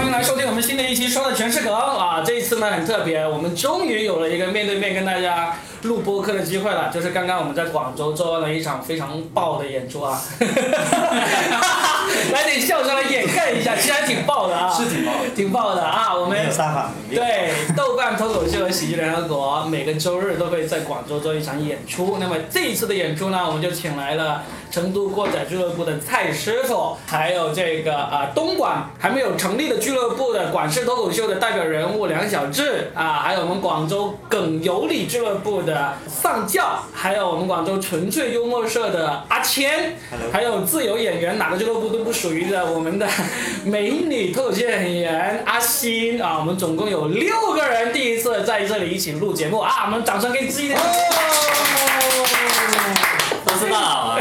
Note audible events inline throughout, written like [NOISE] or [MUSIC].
迎来收听我们新的一期，说的全是梗啊！这一次呢很特别，我们终于有了一个面对面跟大家录播客的机会了，就是刚刚我们在广州做完了一场非常爆的演出啊！ [LAUGHS] 来点笑声来掩盖一下，其实还挺爆的啊，是挺爆的，挺爆的啊！我们没有撒谎，对，豆瓣脱口秀和喜剧联合国每个周日都会在广州做一场演出。那么这一次的演出呢，我们就请来了成都过载俱乐部的蔡师傅，还有这个啊、东莞还没有成立的俱乐部的管事脱口秀的代表人物梁小志啊，还有我们广州梗有理俱乐部的上教，还有我们广州纯粹幽默社的阿谦 Hello 还有自由演员哪个俱乐部都不属于的我们的美女脱口秀演员阿欣啊，我们总共有六个人第一次在这里一起录节目啊，我们掌声给自己点。都知道。啊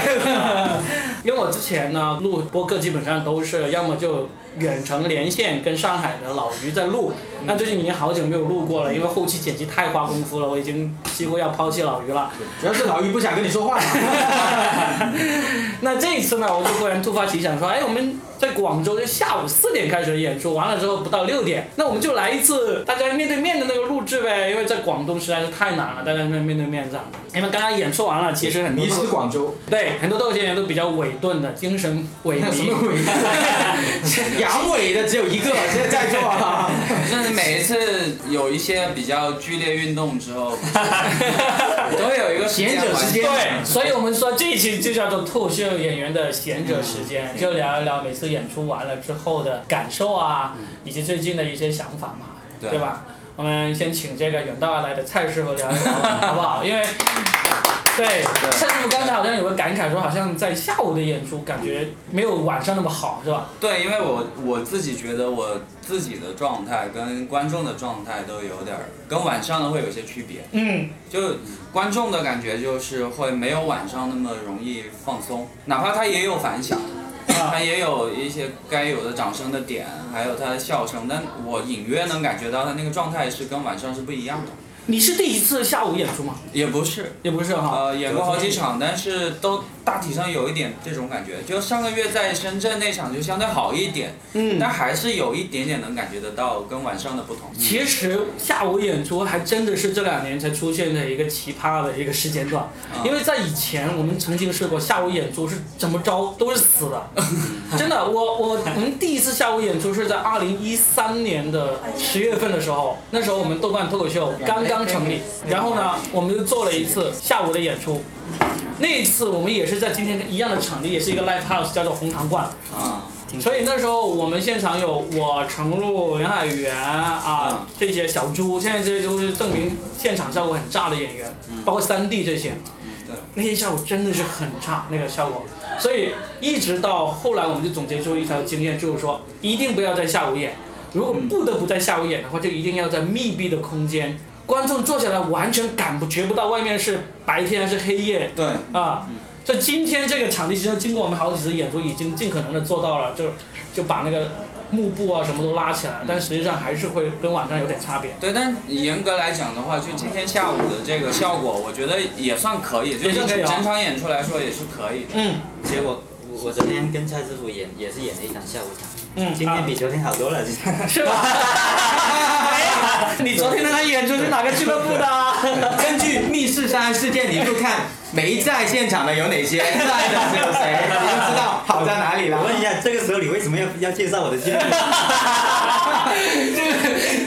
因为我之前呢录播客基本上都是要么就远程连线跟上海的老于在录，那最近已经好久没有录过了，因为后期剪辑太花功夫了，我已经几乎要抛弃老于了。 [LAUGHS] 主要是老于不想跟你说话 [LAUGHS] 嘛。那这一次呢，我就忽然突发奇想说，哎，我们在广州就下午四点开始演出，完了之后不到六点，那我们就来一次大家面对面的那个录制呗，因为在广东实在是太难了，大家面面对面这样。因为刚刚演出完了，其实很多迷失广州，对很多逗演员都比较萎顿的，精神萎那什么靡。鬼？ [LAUGHS] 阳痿的只有一个，现在在座啊。就是每一次有一些比较剧烈运动之 [LAUGHS] 后，都会有一个闲者时间对，所以我们说这一期就叫做脱口秀演员的闲者时间，就聊一聊每次演出完了之后的感受啊，以及最近的一些想法嘛，对对吧？我们先请这个远道而来的蔡师傅聊一聊，好不好？因为对，蔡师傅刚才好像有个感慨说，好像在下午的演出感觉没有晚上那么好，是吧？对，因为我我自己觉得我自己的状态跟观众的状态都有点儿跟晚上的会有些区别，嗯，就观众的感觉就是会没有晚上那么容易放松，哪怕他也有反响。他也有一些该有的掌声的点，还有他的笑声，但我隐约能感觉到他那个状态是跟晚上是不一样的，你是第一次下午演出吗？也不是，也不是哈，呃，演过好几场，但是都大体上有一点这种感觉。就上个月在深圳那场就相对好一点，嗯。但还是有一点点能感觉得到跟晚上的不同。其实下午演出还真的是这两年才出现的一个奇葩的一个时间段，啊因为在以前我们曾经试过下午演出是怎么着都是死的，真的，我我我们第一次下午演出是在二零一三年的十月份的时候，那时候我们豆瓣脱口秀刚刚成立，然后呢，我们就做了一次下午的演出。那一次我们也是在今天一样的场地，也是一个 live house，叫做红糖罐。啊，所以那时候我们现场有我、程璐、袁海源啊嗯这些小猪，现在这些都是证明现场效果很炸的演员，包括三 D 这些。嗯嗯对那些效果真的是很差，那个效果。所以一直到后来，我们就总结出一条经验，就是说一定不要在下午演。如嗯果不得不在下午演的话，就一定要在密闭的空间，观众坐下来完全感不觉不到外面是白天还是黑夜， [LAUGHS] 对，啊，所以今天这个场地，其实经过我们好几次演出，已经尽可能的做到了，就就把那个幕布啊什么都拉起来，但实际上还是会跟晚上有点差别，对，但严格来讲的话，就今天下午的这个效果，我觉得也算可以，就也是整可以个啊整场演出来说也是可以的。嗯结果我我昨天跟蔡师傅演也是演了一场下午场，嗯，今天比昨天好多 [LAUGHS] 了。啊 [LAUGHS] 是吧？哎呀你昨天那个演出是哪个俱乐部的啊？ [LAUGHS] 根据密室杀人事件，你就看没在现场的有哪些，在的是有谁，你就知道好在哪里我问 [LAUGHS] 了。一下，这个时候你为什么要要介绍我的 [LAUGHS] 经历？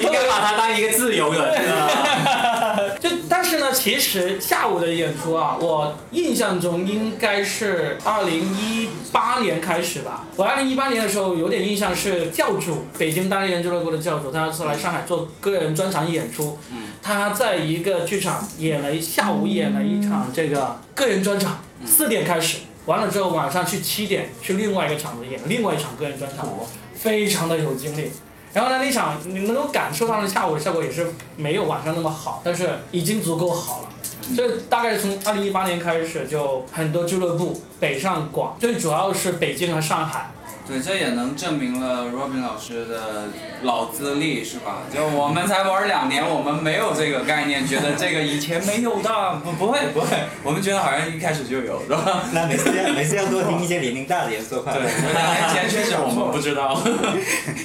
应该把他当一个自由人，是吧就但是呢，其实下午的演出啊，我印象中应该是二零一八年开始吧。我二零一八年的时候有点印象是教主，北京单立人俱乐部的教主，他是来上海做个人专场演出。他在一个剧场演了一下午演了一场这个个人专场，四点开始，完了之后晚上去七点去另外一个场子演另外一场个人专场，非常的有精力。然后呢，那场你能够感受到的下午的效果也是没有晚上那么好，但是已经足够好了。所以大概从二 [LAUGHS] 零一八年开始，就很多俱乐部北上广，最主要是北京和上海，对，这也能证明了 Robin 老师的老资历是吧？就我们才玩两年，我们没有这个概念，觉得这个以前没有的，不不会不会，我们觉得好像一开始就有，是吧？那每次要每次要多听一些年龄大的人说话，对，两年前确实我们不知道。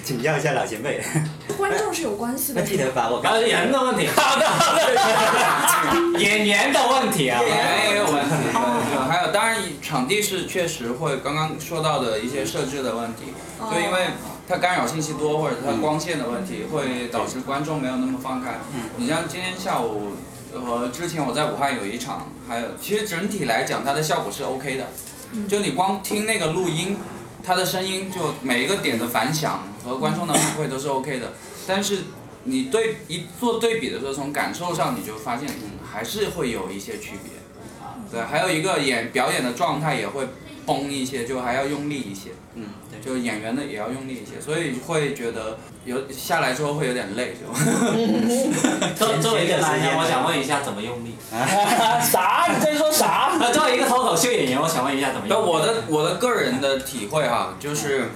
请教一下老前 [LAUGHS] 辈。观众是有关系那的。记得把我刚呃，人的问 [LAUGHS] 题。好的，好的。演员的问题啊。也有问题，对还有当然场地是确实会刚刚说到的一些设置的问题，哦就因为它干扰信息多或者它光线的问题，会导致观众没有那么放开。你像今天下午。和之前我在武汉有一场，还有其实整体来讲它的效果是 OK 的，就你光听那个录音，它的声音就每一个点的反响和观众的反馈都是 OK 的，但是你对一做对比的时候，从感受上你就发现，嗯，还是会有一些区别。对，还有一个演表演的状态也会崩一些，就还要用力一些，嗯，对，就演员的也要用力一些，所以会觉得有下来之后会有点累，就。 [LAUGHS] 作作为一个男前前人，我想问一下怎么用 [LAUGHS] 力？啊啥？你在说啥？那作为一个脱口秀演员，我想问一下怎么那用力？我的我的个人的体会哈、就是，嗯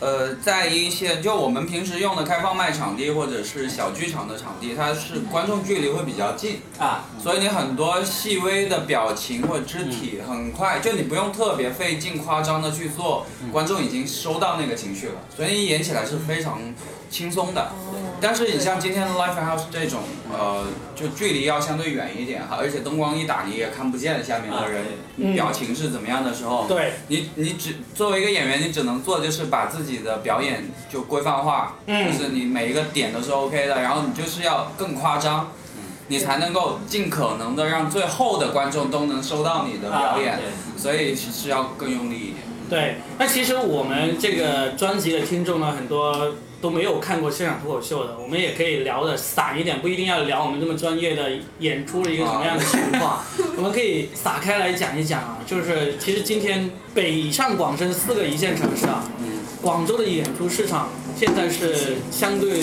呃，在一些就我们平时用的开放麦场地或者是小剧场的场地，它是观众距离会比较近，嗯嗯啊，嗯所以你很多细微的表情或肢体，很快就你不用特别费劲夸张的去做，嗯观众已经收到那个情绪了，所以你演起来是非常轻松的。哦但是你像今天的 Live House 这种，呃，就距离要相对远一点哈，而且灯光一打你也看不见下面的啊对人表情是怎么样的时候，对，你你只作为一个演员，你只能做就是把自己的表演就规范化，嗯就是你每一个点都是 OK 的，然后你就是要更夸张，你才能够尽可能的让最后的观众都能收到你的表演，啊所以是是要更用力一点。对，那其实我们这个专辑的听众呢，很多都没有看过现场脱口秀的，我们也可以聊的散一点，不一定要聊我们这么专业的演出的一个什么样的情况，我们可以撒开来讲一讲啊。就是其实今天北上广深四个一线城市啊，广州的演出市场现在是相对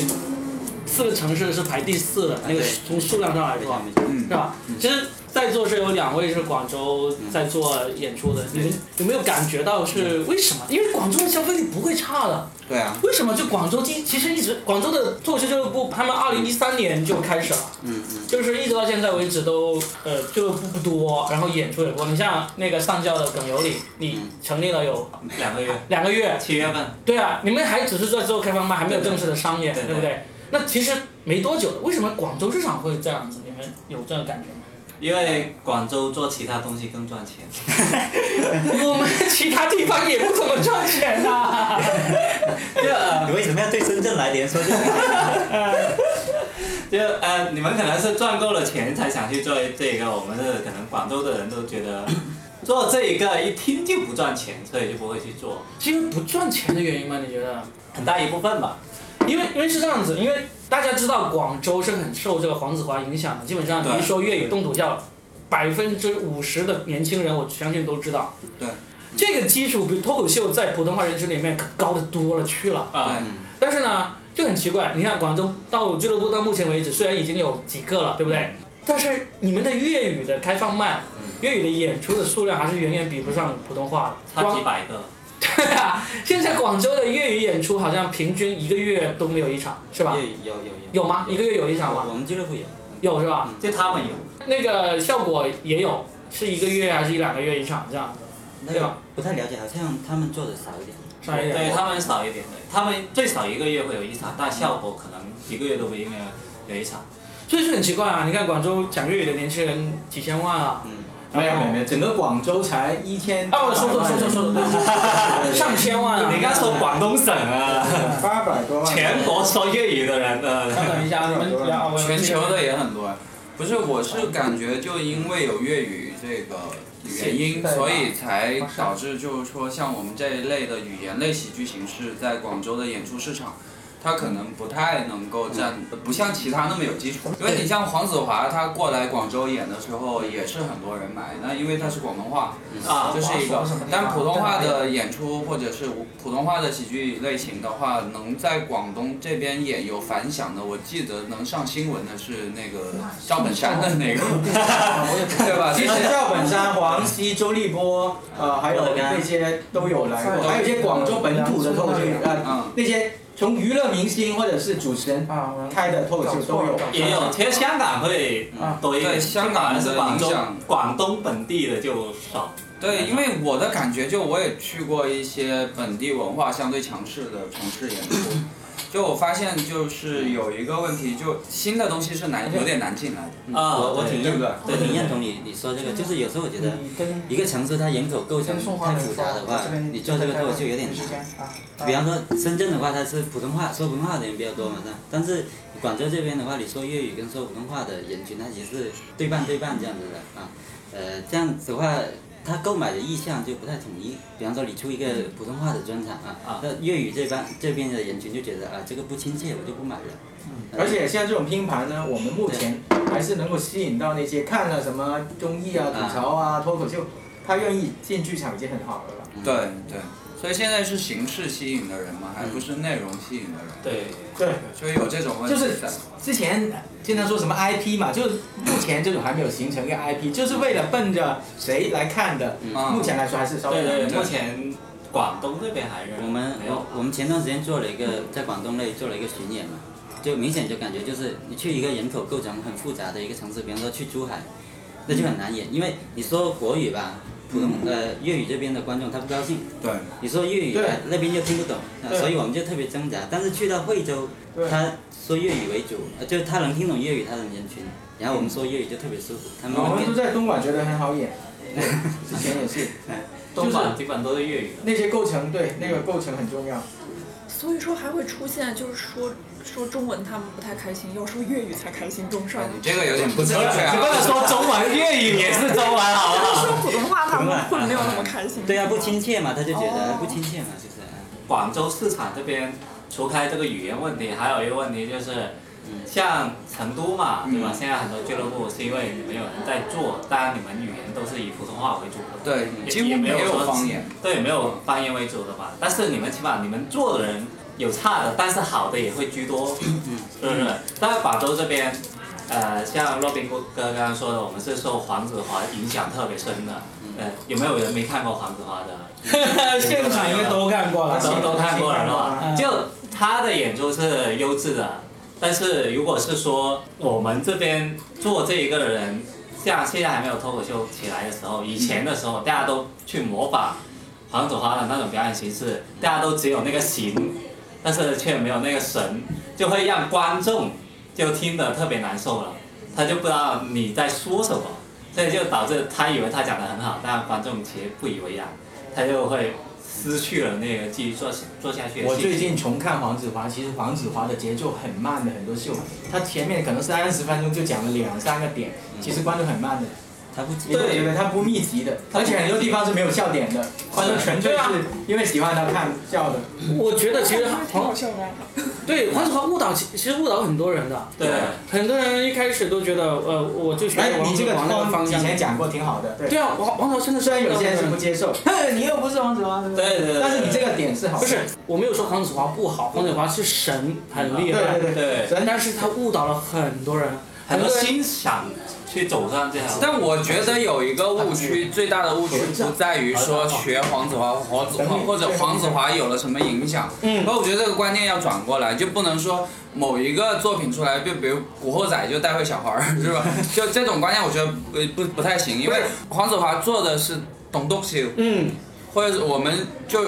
四个城市是排第四的，那个对从数量上来说啊。嗯嗯是吧？其实，在座是有两位是广州在做演出的，你们有没有感觉到是为什么？因为广州的消费力不会差的，嗯对啊，为什么就广州其其实一直广州的脱口秀俱乐部，他们二零一三年就开始了，嗯嗯，就是一直到现在为止都呃俱乐部不多，然后演出也多。你像那个上校的耿有礼，你嗯成立了有两个月，两个月，七月份，对啊，你们还只是在做开放麦，还没有正式的商演，对对不对？那其实没多久，为什么广州市场会这样子？你们有这个感觉吗？因为广州做其他东西更赚钱。 [LAUGHS] 我们其他地方也不怎么赚钱 [LAUGHS] 啊。你为什么要对深圳来的人说这个？就呃，你们可能是赚够了钱才想去做这个，我们是可能广州的人都觉得做这个一听就不赚钱，所以就不会去做，是因为不赚钱的原因吗？你觉得？很大一部分吧。因为因为是这样子，因为大家知道广州是很受这个黄子华影响的，基本上你对一说粤语动土教，百分之五十的年轻人我相信都知道。对。这个基础比脱口秀在普通话人群里面可高的多了去了，啊、对但是呢就很奇怪，你看广州到俱乐部到目前为止虽然已经有几个了，对不对？但是你们的粤语的开放麦，粤语的演出的数量还是远远比不上普通话的，差光几百个，对啊，现在广州的粤语演出好像平均一个月都没有一场，是吧有？有有有吗？一个月有一场吗？我们俱乐部有，有是吧？就他们有。那个效果也有，是一个月还是一两个月一场这样子？那对吧个不太了解，好像他们做的少一点。上一点对他们少一点的，他们最少一个月会有一场，但效果可能一个月都不应该有一场。所以就很奇怪啊！你看广州讲粤语的年轻人几千万啊，没有没有没有，整个广州才一千。啊，我说错说错说错，上千万啊！你刚说广东省 [LAUGHS] 啊，八百多万。全国说粤语的人稍呃，等一下，你们聊啊我全球的也很多呀。不是，我是感觉就因为有粤语这个原因，所以才导致就是说像我们这一类的语言类喜剧形式在广州的演出市场，他可能不太能够站，不像其他那么有基础。因为你像黄子华，他过来广州演的时候也是很多人买，那因为他是广东话，啊这是一个什么地方。但普通话的呃演出或者是普通话的喜剧类型的话，能在广东这边也有反响的，我记得能上新闻的是那个赵本山的 [LAUGHS] 那个，对吧？其实就是赵本山、黄西、周立波，呃，还有那些都有来过，还有一些广州本土的脱口秀演员，呃嗯那些从娱乐明星或者是主持人啊，我开的脱口秀都有。也有，其实香港会多一对点，香港还的是广影州响、广东本地的就少。对，因为我的感觉就我也去过一些本地文化相对强势的城市演出，就我发现就是有一个问题，就新的东西是难有点难进来的。啊，我我挺对不对我挺认同你你说这个，就是有时候我觉得你跟一个城市它人口构成跟宋花太人复杂的说话这，边你做这个脱口秀有点时间难。啊，比方说深圳的话，它是普通话说普通话的人比较多嘛，是吧但是广州这边的话，你说粤语跟说普通话的人群，它其实是对半对半这样子的啊。呃，这样子的话，它购买的意向就不太统一。比方说你出一个普通话的专场啊啊，那粤语这边这边的人群就觉得啊，这个不亲切，我就不买了。而且像这种拼盘呢，我们目前还是能够吸引到那些看了什么综艺啊、啊吐槽啊、脱口秀，他愿意进剧场已经很好了吧？对对，所以现在是形式吸引的人嘛，还不是内容吸引的人，对，对，所以有这种问就题是在。之前经常说什么 IP 嘛，就是目前这种还没有形成一个 IP，就是为了奔着谁来看的。啊目前来说还是稍微对对，难目前广东这边还是我们没有我我们前段时间做了一个在广东内做了一个巡演嘛，就明显就感觉就是你去一个人口构成很复杂的一个城市，比方说去珠海，那就很难演，因为你说国语吧，普通呃粤语这边的观众他不高兴，对，你说粤语嗯对哎那边又听不懂，啊对所以我们就特别挣扎。但是去到惠州对，他说粤语为主，呃就是他能听懂粤语他的人群，然后我们说粤语就特别舒服，他们我会们变都在东莞觉得很好 [LAUGHS] 演，对，之前也是东莞基本都是粤语的。那些构成，对那个构成很重要。所以说还会出现就是说说中文他们不太开心，要说粤语才开心中上哎。你这个有点不正确只不过啊。说中文，粤语也是中文，好不好？说普通话他们会没有那么开心。对啊，不亲切嘛，他就觉得哦不亲切嘛，就是。啊广州市场这边，除开这个语言问题，还有一个问题就是，像成都嘛，对吧？嗯现在很多俱乐部是因为你们有人在做，当然你们语言都是以普通话为主的，对，也几乎也没没有有说方言。对，没有方言为主的嘛。但是你们起码你们做的人有差的，但是好的也会居多，嗯是不是？但广州这边，呃，像洛宾哥刚刚说的，我们是受黄子华影响特别深的。呃，有没有人没看过黄子华的？现场应该都看过了，都都看过了是嗯吧？就他的演出是优质的，但是如果是说我们这边做这一个人，像现在还没有脱口秀起来的时候，以前的时候大家都去模仿黄子华的那种表演形式，大家都只有那个形，但是却没有那个神，就会让观众就听得特别难受了，他就不知道你在说什么。所以就导致他以为他讲的很好，但观众其实不以为然，他就会失去了那个继续做做下去的我信最心。近重看黄子华，其实黄子华的节奏很慢的，很多秀，他前面可能三十分钟就讲了两三个点，其实观众很慢的，他不急你会觉得他不密集的，而且很多地方是没有笑点的，观众纯粹对是啊因为喜欢他看笑的。我觉得其实还挺黄好笑的。对黄子华误导，其其实误导很多人的，对，很多人一开始都觉得呃，我就学哎，黄你这子个华那个方方以向。前讲过挺好的，对。对啊，王王朝真的虽然有些人人是不接受，哼，你又不是黄子华，对不对对对但是你这个点是好的，不是，我没有说黄子华不好，黄子华是神，很厉对害。对对对真的但是他误导了很多人，很很多多人欣赏去走上这条路。但我觉得有一个误区，最大的误区不在于说学黄子华、黄子华或者黄子华有了什么影响，嗯而我觉得这个观念要转过来，就不能说某一个作品出来，就比如《古惑仔》就带坏小孩儿，是吧？ [LAUGHS] 就这种观念，我觉得不不不太行，因为黄子华做的是懂东西，嗯，或者是我们就。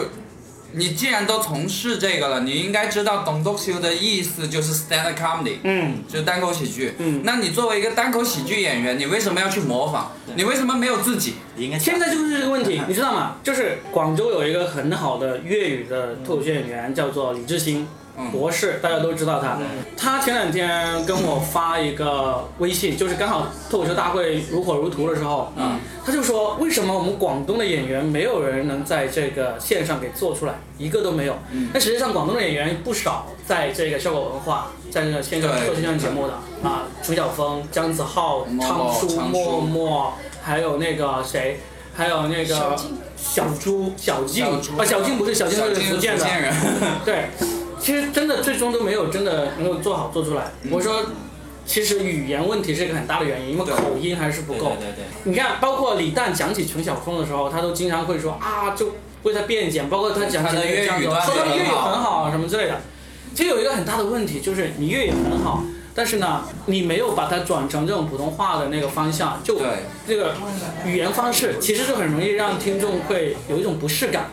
你既然都从事这个了，你应该知道懂 o k 的意思就是 stand up comedy，嗯，就是单口喜剧。嗯那你作为一个单口喜剧演员，你为什么要去模仿？你为什么没有自己？你应该现在就是这个问题，你知道吗？就是广州有一个很好的粤语的脱口秀演员，叫做李志新。嗯博士，大家都知道他。他前两天跟我发一个微信，就是刚好脱口秀大会如火如荼的时候，嗯，他就说为什么我们广东的演员没有人能在这个线上给做出来，一个都没有。嗯但实际上广东的演员不少，在这个效果文化，在这个线上对做线上节目的啊，楚小峰、姜子浩、默汤默叔、昌叔默默，还有那个谁。还有那个小猪、小静小猪啊，小静不是小静，小是金是福福建的。建人， [LAUGHS] 对，其实真的最终都没有真的能够做好做出来。嗯我说，其实语言问题是一个很大的原因，因为对口音还是不对够对。对对。你看，包括李诞讲起陈晓峰的时候，他都经常会说啊，就为他辩解，包括他讲起他的粤语段说子他粤语很好很好啊什么之类的。其实有一个很大的问题就是，你粤语很好，但是呢，你没有把它转成这种普通话的那个方向，就对，这个语言方式，其实就很容易让听众会有一种不适感。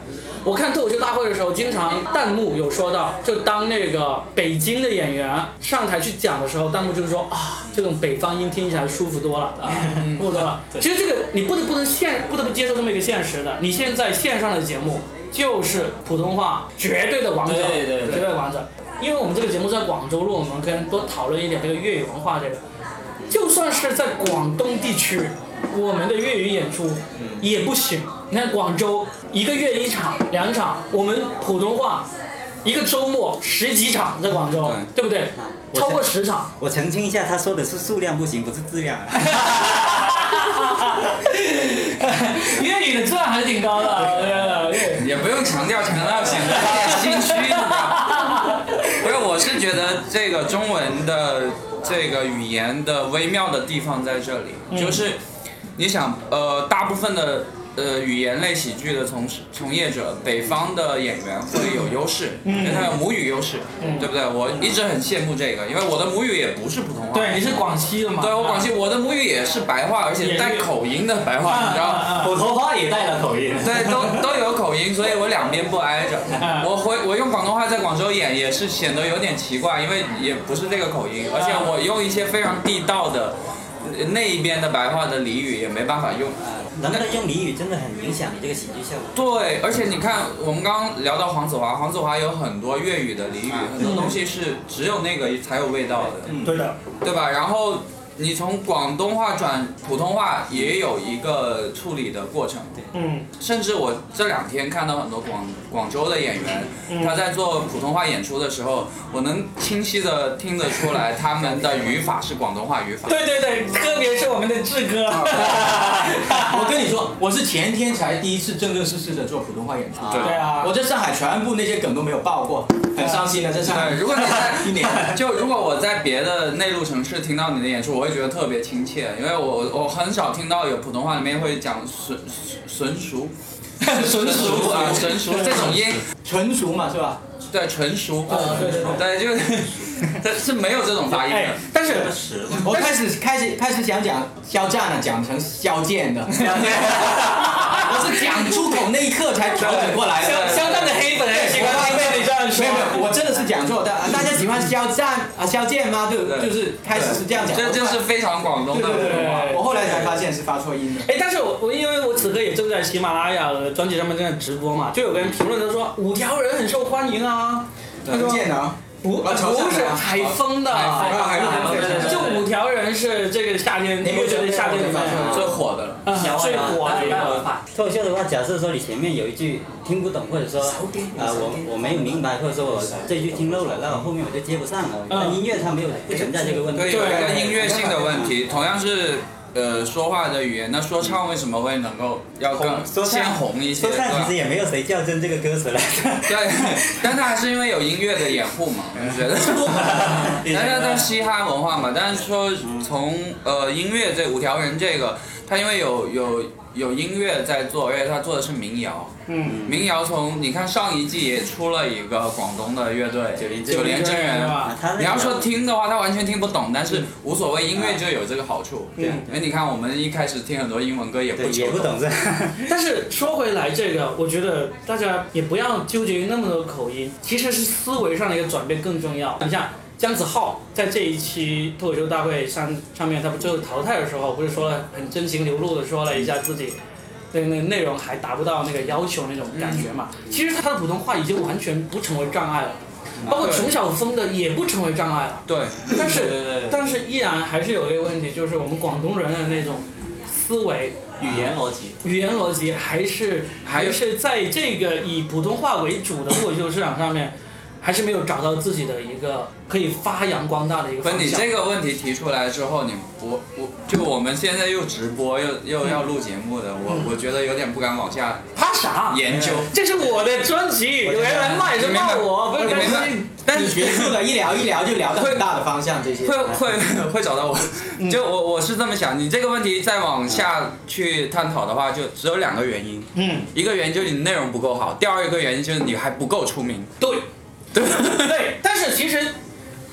我看脱口秀大会的时候，经常弹幕有说到，就当那个北京的演员上台去讲的时候，弹幕就是说啊，这种北方音听起来舒服多了，啊，舒服多了。其实这个你不得不能现不得不接受这么一个现实的，你现在线上的节目就是普通话绝对的王者，对对对绝对的王者。因为我们这个节目在广州录，我们可以多讨论一点这个粤语文化这个。就算是在广东地区，我们的粤语演出也不行。你看广州一个月一场、两场，我们普通话一个周末十几场，在广州，对不对？我超过曾十场。我澄清一下，他说的是数量不行，不是质量啊。粤语的质量还是挺高的啊，我觉得粤 [LAUGHS] 语也不用强调强 [LAUGHS] 调显得大家心虚，你知道吗？不是，我是觉得这个中文的这个语言的微妙的地方在这嗯里，就是你想，呃，大部分的呃语言类喜剧的从事从业者，北方的演员会有优势，嗯因为他有母语优势，对不对？我一直很羡慕这个，因为我的母语也不是普通话。对，你是广西的嘛？对我广西，我的母语也是白话，而且带口音的白话，你知道吗？啊普通话也带了口音。对，都都有口音，所以我两边不挨着。我回我用广东话在广州演也是显得有点奇怪，因为也不是这个口音，而且我用一些非常地道的呃那一边的白话的俚语也没办法用。呃能不能用俚语真的很影响你这个喜剧效果。对，而且你看，我们刚刚聊到黄子华，黄子华有很多粤语的俚语，很多东西是只有那个才有味道的，嗯对的，对吧？然后。你从广东话转普通话也有一个处理的过程，嗯，甚至我这两天看到很多广广州的演员，他在做普通话演出的时候，我能清晰的听得出来他们的语法是广东话语法。对对对，特别是我们的志哥，啊 [LAUGHS] [LAUGHS] 我跟你说，我是前天才第一次正正式式的做普通话演出，对啊我，在上海全部那些梗都没有爆过，很伤心的，在上海对，如果你在一年。就如果我在别的内陆城市听到你的演出，我会觉得特别亲切，因为我我我很少听到有普通话里面会讲纯纯熟、纯熟 [LAUGHS] 啊、纯熟这种音，纯熟嘛，是吧？对，纯熟，啊对对对，就是，它是 [LAUGHS] 没有这种发音哎的。，但是我开始开始开始想讲肖战了，讲成肖 [LAUGHS] 剑的， [LAUGHS] [LAUGHS] 我是讲出口那一刻才调整过来的。肖战的黑粉也喜欢听被你这样说没有没有，我真的是讲错的。大家喜欢肖战啊，肖剑吗？对，对就是开始是这样讲。这就是非常广东对的对普对通话。对，我后来才发现是发错音的。哎，但是我我因为我此刻也正在喜马拉雅的专辑上面正在直播嘛，就有个人评论他说五条人很受欢迎啊，他不说见了，不啊乔不杉是的啊海风的，海风海风海对对对就五条人是这个夏天你乐们队的夏天的发有没有出最火的了。来，啊最火的一待会个儿发。脱口秀的话，假设说你前面有一句听不懂，或者说呃我我没有明白，或者说我这句听漏了，那我后面我就接不上了。但音乐它没有不存在这个问对，题。有一个音乐性的问题，同样是呃说话的语言，那说唱为什么会能够要更说唱先红一些？说对唱吧其实？也没有谁较真这个歌词来着。对， [LAUGHS] 但它还是因为有音乐的掩护嘛，我觉得。但是它嘻哈文化嘛，但是说从呃音乐这五条人这个，它因为有有有音乐在做，而且它做的是民谣。嗯，民谣从你看上一季也出了一个广东的乐队九连真对人，吧？他那个你要说听的话，他完全听不懂，但是无所谓，音乐就有这个好处。嗯因为你看我们一开始听很多英文歌也对不也不懂这。但是说回来，这个我觉得大家也不要纠结于那么多口音，其实是思维上的一个转变更重要。你像姜子浩在这一期脱口秀大会上上面，他不最后淘汰的时候，不是说了很真情流露的说了一下自己。对那个内容嗯还达不到那个要求那种感觉嘛？其实他的普通话已经完全不成为障碍了。包括陈晓峰的也不成为障碍了。对， [LAUGHS] 但是嗯对对对，但是依然还是有一个问题，就是我们广东人的那种思维、语言逻辑，语言逻辑，还是还有还是在这个以普通话为主的脱口秀市场上面，还是没有找到自己的一个可以发扬光大的一个不是方你向。这个问题提出来之后，你我我就我们现在又直播又又要录节目的，我我觉得有点不敢往下怕啥？研究。这是我的专辑，有人来骂也是骂我，不我是明白担我心。但你是学术的一聊一聊就聊到很大的方向这些。 [LAUGHS] 会会会找到我，就我我是这么想，你这个问题再往下去探讨的话，就只有两个原因，嗯，一个原因就是你内容不够好，第二个原因就是你还不够出名，对对对，但是其实。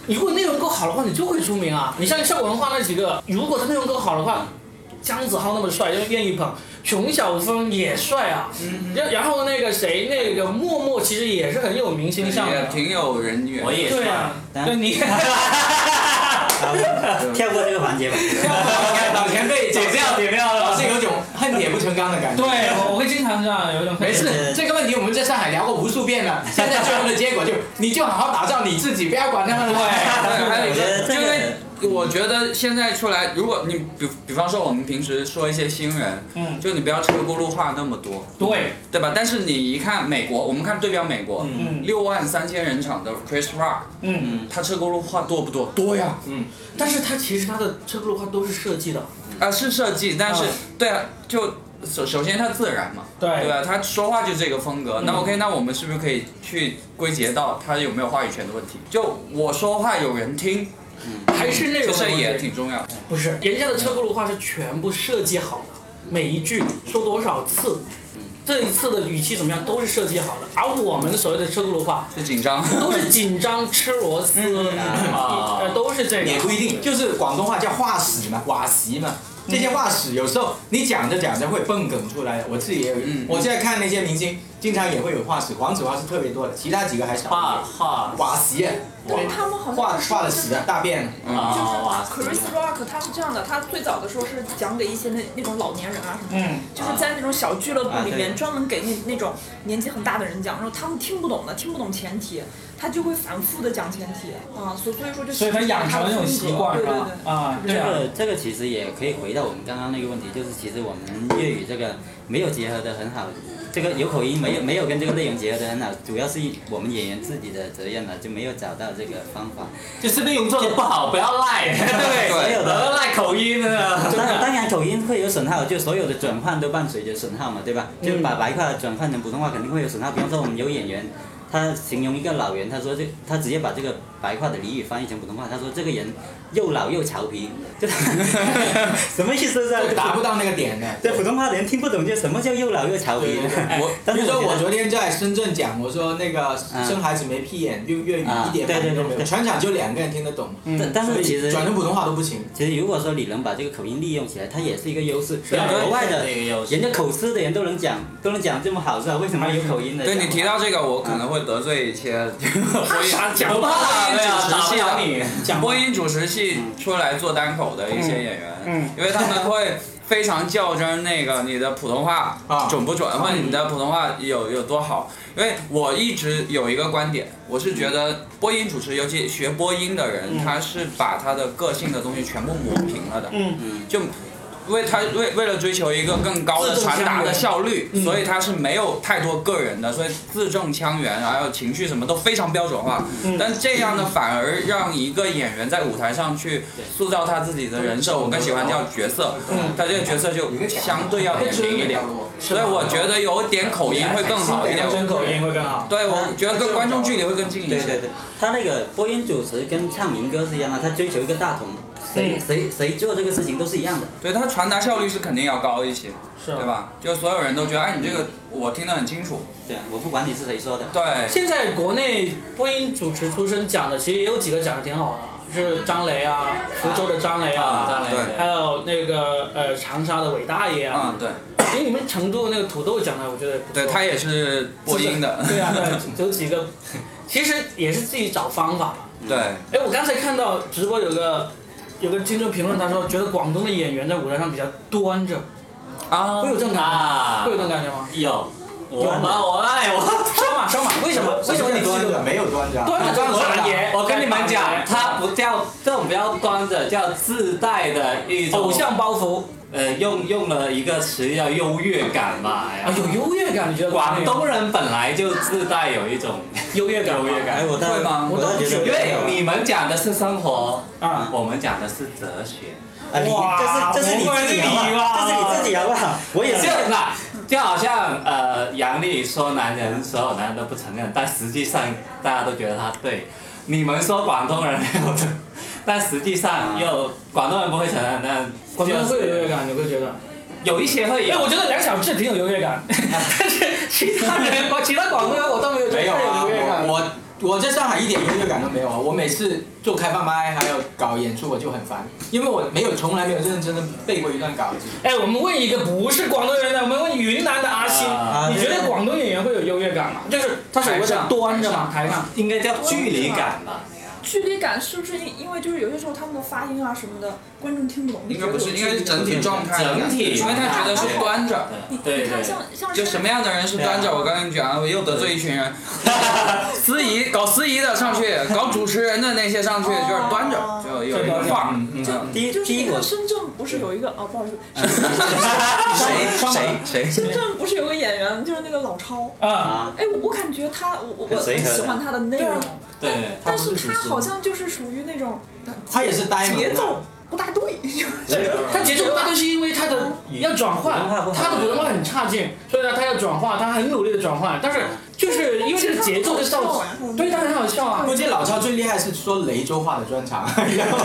如果内容够好的话，你就会出名啊！你像效果文化那几个，如果他内容够好的话，姜子浩那么帅，就愿意捧；熊晓峰也帅啊。嗯然、然后那个谁，那个默默其实也是很有明星相也的。挺有人缘。我也对啊算，对你， [LAUGHS] 跳过这个环 [LAUGHS] 节吧。老前辈解总是掉解掉了老是有种恨铁不成钢的感觉。对，我我会经常这样，有一种没事，这个问题我们在上海聊过无数遍了，现在最后的结果就，你就好好打造你自己，不要管他们了。对，还有一我觉得这个， [LAUGHS] 个因为我觉得现在出来，如果你比比方说我们平时说一些新人，嗯，就你不要车轱辘话那么多，对，对吧？但是你一看美国，我们看对标美国，嗯六万三千人场的 Chris Rock，嗯。他车轱辘话多不多？多呀，但是他其实他的车轱辘话都是设计的。啊是设计，但是嗯对啊，就首首先他自然嘛，对对吧？他说话就这个风格，那嗯 OK，那我们是不是可以去归结到他有没有话语权的问题？就我说话有人听，还是内容这的事嗯问也题挺重要的。不是，人家的车轱辘话是全部设计好的，每一句说多少次，这一次的语气怎么样都是设计好的。而我们所谓的车轱辘话是紧张，都是紧张、吃螺丝，啊呃，都是这也个。不一定，就是广东话叫话屎嘛，瓦席嘛。这些话屎有时候你讲着讲着会蹦梗出来的，我自己也有。嗯我现在看那些明星，经常也会有话屎，黄子华是特别多的，其他几个还少画一画点。瓦席，对他们好画像是画的屎啊，大便啊。嗯，啊哇就是 Chris Rock 他是这样的，他最早的时候是讲给一些那那种老年人啊什么的，嗯，就是在那种小俱乐部里啊面对专门给那那种年纪很大的人讲，然后他们听不懂的，听不懂前提，他就会反复的讲前提啊，所所以说就所以他养成了那种习惯，是对对吧对。？啊，这对啊，个这个其实也可以回到我们刚刚那个问题，就是其实我们粤语这个没有结合的很好，这个有口音没有没有跟这个内容结合的很好，主要是我们演员自己的责任了，就没有找到这个方法。就是内容做的不好，不要赖， [LAUGHS] 所对有不的要赖口音啊呢。当当然口音会有损耗，就所有的转换都伴随着损耗嘛，对吧？就把白话转换成普通话肯定会有损耗。比方说我们有演员，他形容一个老人，他说这他直接把这个白话的俚语翻译成普通话，他说这个人又老又调皮，就他什么意思在就达不到那个点的。在普通话人听不懂，就什么叫又老又调皮呢？我 [LAUGHS] 但比是如说我觉得昨天在深圳讲，我说那个生孩子没屁眼，用粤语啊一点对反对应都没对有，对全场就两个人听得懂，但但所是以其实转成普通话都不行。其实如果说你能把这个口音利用起来，它也是一个优势。对像国外的对有人家口吃的人都能讲，都能讲这么好是啊吧？为什么有口音的？对你提到这个，我可能会得罪一些播音啥讲播话音对啊主持打不系了的你。讲播音主持系出来做单口的一些演员，嗯嗯嗯因为他们会非常较真那个你的普通话啊准不准，或者你的普通话有有多好。因为我一直有一个观点，我是觉得播音主持，尤其学播音的人，他是把他的个性的东西全部磨平了的，嗯就。为他为为了追求一个更高的字正腔传圆达的效率，嗯所以他是没有太多个人的，所以字正腔圆，还有情绪什么都非常标准化。嗯但这样呢，反而让一个演员在舞台上去塑造他自己的人设，我更喜欢叫角色，嗯他这个角色就相对要扁平一哎点，所以我觉得有点口音会更好一点。真口音会更好。对，我觉得跟观众距离会更近一对些。对对，他那个播音主持跟唱民歌是一样的，他追求一个大同，谁、嗯谁谁做这个事情都是一样的。对他传达效率是肯定要高一些，是啊对吧？就所有人都觉得，哎，你这个我听得很清楚。对啊，我不管你是谁说的。对，现在国内播音主持出身讲的，其实也有几个讲的挺好的，是张雷啊，福州的张雷啊，啊，再来对一遍还有那个呃长沙的韦大爷啊，嗯，对，因为你们成都那个土豆讲的，我觉得不错对他也是播音的。对啊，对，有几个，其实也是自己找方法嘛。 [LAUGHS] 对，哎，我刚才看到直播有个有个听众评论，他说觉得广东的演员在舞台上比较端着，啊会有这种感觉吗？啊会有这种感觉吗？有，我有吗吗？我爱我。是马，双马，为什么？为什么你端着没有端着？端着端荷兰着。爷？我跟你们讲，它不叫这种不叫端着，叫自带的一种偶像包袱呃，用用了一个词叫优越感吧。哎呀啊，有优越感，你觉得广东人本来就自带有一种优越感吗？ [LAUGHS] 优越哎，感，我倒会吗我倒觉得因为你们讲的是生活，啊，我们讲的是哲学。啊，你哇这是这是你自己好不好？我这个人是就你自己好不好？我也是就。啊那就好像呃，杨丽说男人所有男人都不承认，但实际上大家都觉得他对。你们说广东人 [LAUGHS] 没有的，但实际上又广东人不会承认，那广东人就会有是优越感，你会觉得？有一些会哎，有我。觉得梁小志挺有优越 [LAUGHS] 感，但是其他人，其他广东人我倒没有觉得没有太啊，有优越感。我我我在上海一点优越感都没有啊！我每次做开放麦还有搞演出我就很烦，因为我没有从来没有认真的背过一段稿子。哎，我们问一个不是广东人的，我们问云南的阿星，啊你觉得广东演员会有优越感吗？就是他所谓台的上端着嘛，台上。应该叫距离感吧？距离感是不是因因为就是有些时候他们的发音啊什么的，观众听不懂？应该不是，你应觉得该有是距离整体状态的感觉，整体因为他觉得是端着，你对你看对，像像就什么样的人是端着？啊我跟你讲，我又得罪一群人。司仪搞司仪的上去，搞主持人的那些上去哦就是端着，就有一个放。嗯嗯，就第一就是第你一我看深圳不是有一个哦，不好意思，谁谁谁深圳不是有个演员就是那个老超，啊，啊，哎，我我感觉他我我我很随很和的喜欢他的内容，对，但是他不是主他持人好像就是属于那种他也是呆萌啊节的奏不大对，他节奏大，就是因为他的要转换普通话不，好他的普通话很差劲，所以呢，他要转换，他很努力的转换，但是就是因为这个节奏的上，对他很好笑啊。估计老超最厉害是说雷州话的专场，然后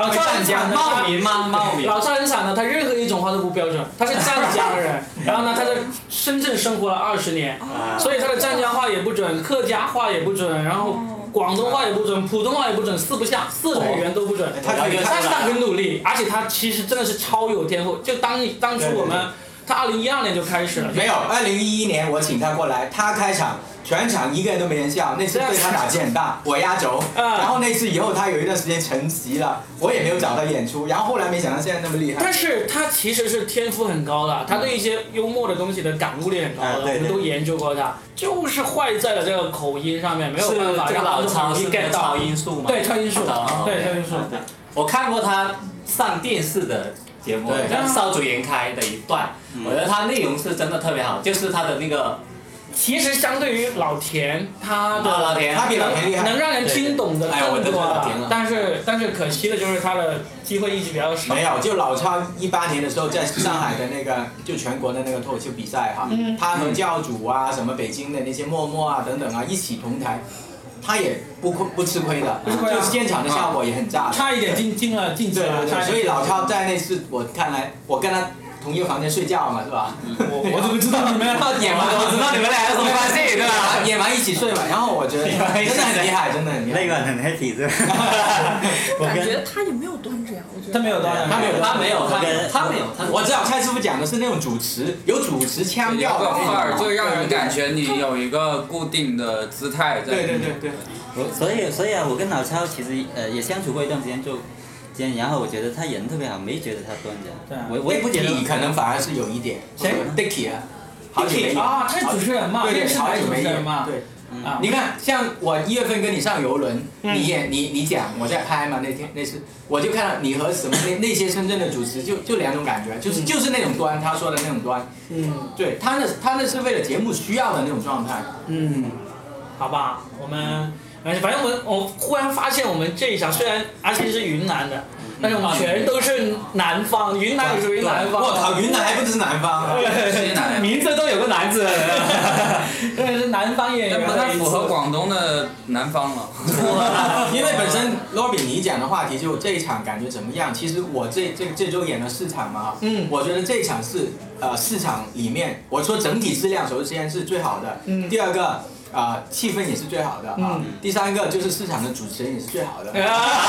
老赵很讲强的，茂名吗？茂名。老赵很惨的，他任何一种话都不标准，他是湛江人，然后呢，他在深圳生活了二十年，啊所以他的湛江话也不准，客家话也不准，然后广东话也不准，普通话也不准，四不像，四种语言都不准。哦他哎可以但看是出他来很努力，而且他其实真的是超有天赋。就当当初我们，他二零一二年就开始了，没有。二零一一年我请他过来，他开场全场一个人都没人笑，那次对他打击很大，我压轴。嗯然后那次以后他有一段时间沉寂了，我也没有找他演出，然后后来没想到现在那么厉害。但是他其实是天赋很高的，他对一些幽默的东西的感悟力很高哎的，嗯对我们对都研究过他，就是坏在了这个口音上面，没有是办法这个让老超超音是 get 到超。音速吗？对超音速哦对超音速对我看过他上电视的节目对，叫《少主严开》的一段，我觉得他内容是真的特别好，就是他的那个其实相对于老田，他的老田，他比老田厉害能让人听懂的对对哎我更都多觉得了挺好但是但是可惜的就是他的机会一直比较少。没有，就老超一八年的时候，在上海的那个就全国的那个脱口秀比赛哈，嗯他和教主啊、什么北京的那些默默啊等等啊一起同台，他也不亏不吃亏的，不吃亏啊就现场的效果也很炸的。差一点进进了进去对了，对差对，一点所以老超在那次我看来，我跟他同一个房间睡觉嘛，是吧？我 [LAUGHS] 我怎么知道你们要 [LAUGHS] 演完我知道你们俩有什么关系，对吧？演完一起睡嘛，然后我觉得真的很厉害，真的很厉害那。个很 happy 是吧？ [LAUGHS] 就感觉他也没有端着呀，我觉得他没有端着，他没有他没有，他没有，他没有，他没有我知道蔡师傅讲的是那种主持，有主持腔有嗯调的个那范种儿，就让人感觉。觉你有一个固定的姿态在。对对对对。我所以所以啊，我跟老超其实呃也相处过一段时间就，今天然后我觉得他人特别好，没觉得他端对啊着，我我也不觉得。你可能反而是有一点。谁？Dicky 啊，好久没演啊，他是主持人嘛，对电对，视好台久主没持人演嘛，对，啊，你看，像我一月份跟你上游轮，嗯你演你你讲，我在拍嘛，那天那次我就看到你和什么那那些深圳的主持就就两种感觉，就是嗯就是那种端，他说的那种端，嗯对他那他那是为了节目需要的那种状态。嗯，好吧，我们哎反正我我忽然发现我们这一场虽然阿信是云南的，但是我们全都是南方，云南也属于南方。啊我靠，云南还不止南方 [LAUGHS] 啊，西南呀名字都有个南字， [LAUGHS] 真的是南方演那员不的太一符合次广东的南方 [LAUGHS] 了。啊因为本身罗比你讲的话题就这一场感觉怎么样？其实我这这这周演了四场嘛，嗯我觉得这一场是呃市场里面，我说整体质量首先是最好的，嗯第二个啊、呃气氛也是最好的啊，嗯第三个就是市场的主持人也是最好 [LAUGHS] 哎的。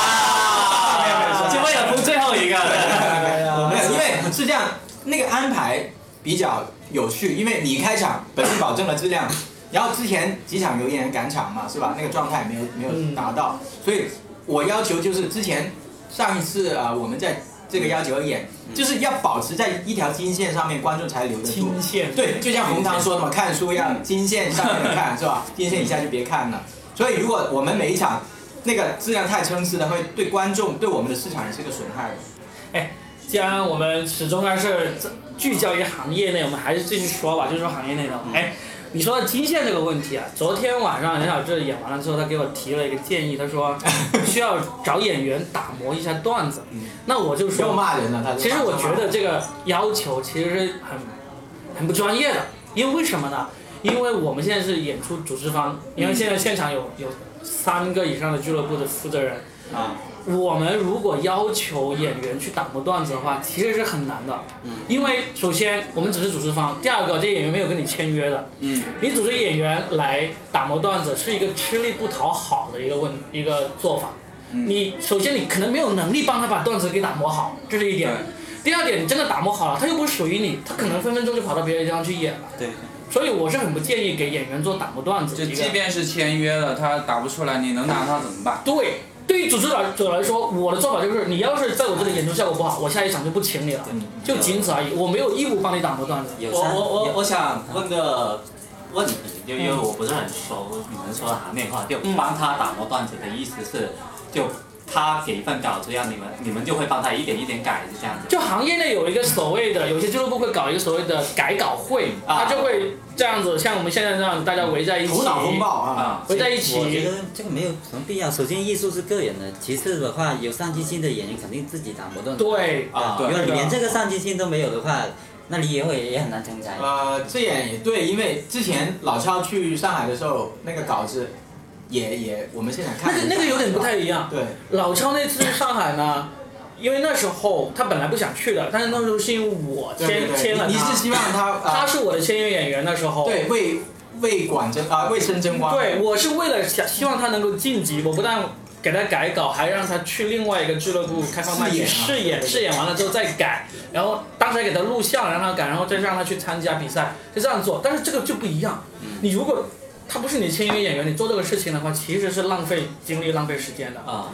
啊没有没有没有就为了扑最后一个。哎我呃没有，因为是这样，那个安排比较有趣，因为你开场本身保证了质量，然后之前几场有演赶场嘛，是吧？那个状态没有没有达到，所以我要求就是之前上一次啊、呃我们在。这个要求而演，就是要保持在一条金线上面，观众才留得住金。线，对，就像洪堂说的嘛，看书要金线上面的看，是吧？金线以下就别看了。所以如果我们每一场那个质量太参差的，会对观众、对我们的市场也是个损害的。既然我们始终还是聚焦于行业内，我们还是继续说吧，就说行业内的。哎，你说到金线这个问题啊，昨天晚上梁小志演完了之后，他给我提了一个建议，他说需要找演员打磨一下段子。那我就又说，骂人了，他就其实我马觉上骂得这个要求其实是很很不专业的，因为为什么呢？因为我们现在是演出组织方，因为现在现场有有三个以上的俱乐部的负责人，啊，我们如果要求演员去打磨段子的话，其实是很难的，因为首先我们只是组织方，第二个这演员没有跟你签约的， [LAUGHS] 嗯，你组织演员来打磨段子是一个吃力不讨好的一个问一个做法。你首先你可能没有能力帮他把段子给打磨好，这是一点。第二点，你真的打磨好了，他又不属于你，他可能分分钟就跑到别的地方去演了。对，所以我是很不建议给演员做打磨段子就的一个。即便是签约了，他打不出来，你能拿他怎么办？对，对于组织来者来说，我的做法就是，你要是在我这里演出效果不好，我下一场就不请你了，就仅此而已。我没有义务帮你打磨段子。有我三我我有我想问个问题，就因为我不是很熟你们说的行内话，就帮他打磨段子的意思是，就他给一份稿子让你们，你们就会帮他一点一点改，是这样子。就行业内有一个所谓的，有些俱乐部会搞一个所谓的改稿会，他啊就会这样子，像我们现在这样，大家围在一起，头脑风暴啊！啊，围在一我觉起，得这个没有什么必要。首先，艺术是个人的；其次的话，有上进心的演员肯定自己打磨段子。对，啊如对果你对啊连这个上进心都没有的话，那你也会也很难成啊才。呃，这也也对，因为之前老超去上海的时候，那个稿子也也我们现场那看个那个有点不太一样。对，老超那次去上海呢，因为那时候他本来不想去的，但是那时候是因为我对对签对签了你你是他，希望他他啊、是我的签约演员那时候。对为为管争啊、为生争光，对，我是为了想希望他能够晋级，我不但给他改稿，还让他去另外一个俱乐部开放麦去试试演，试演完了之后再改，然后当时还给他录像，让他改，然后再让他去参加比赛，就这样做。但是这个就不一样，你如果他不是你签约演员，你做这个事情的话，其实是浪费精力、浪费时间的。啊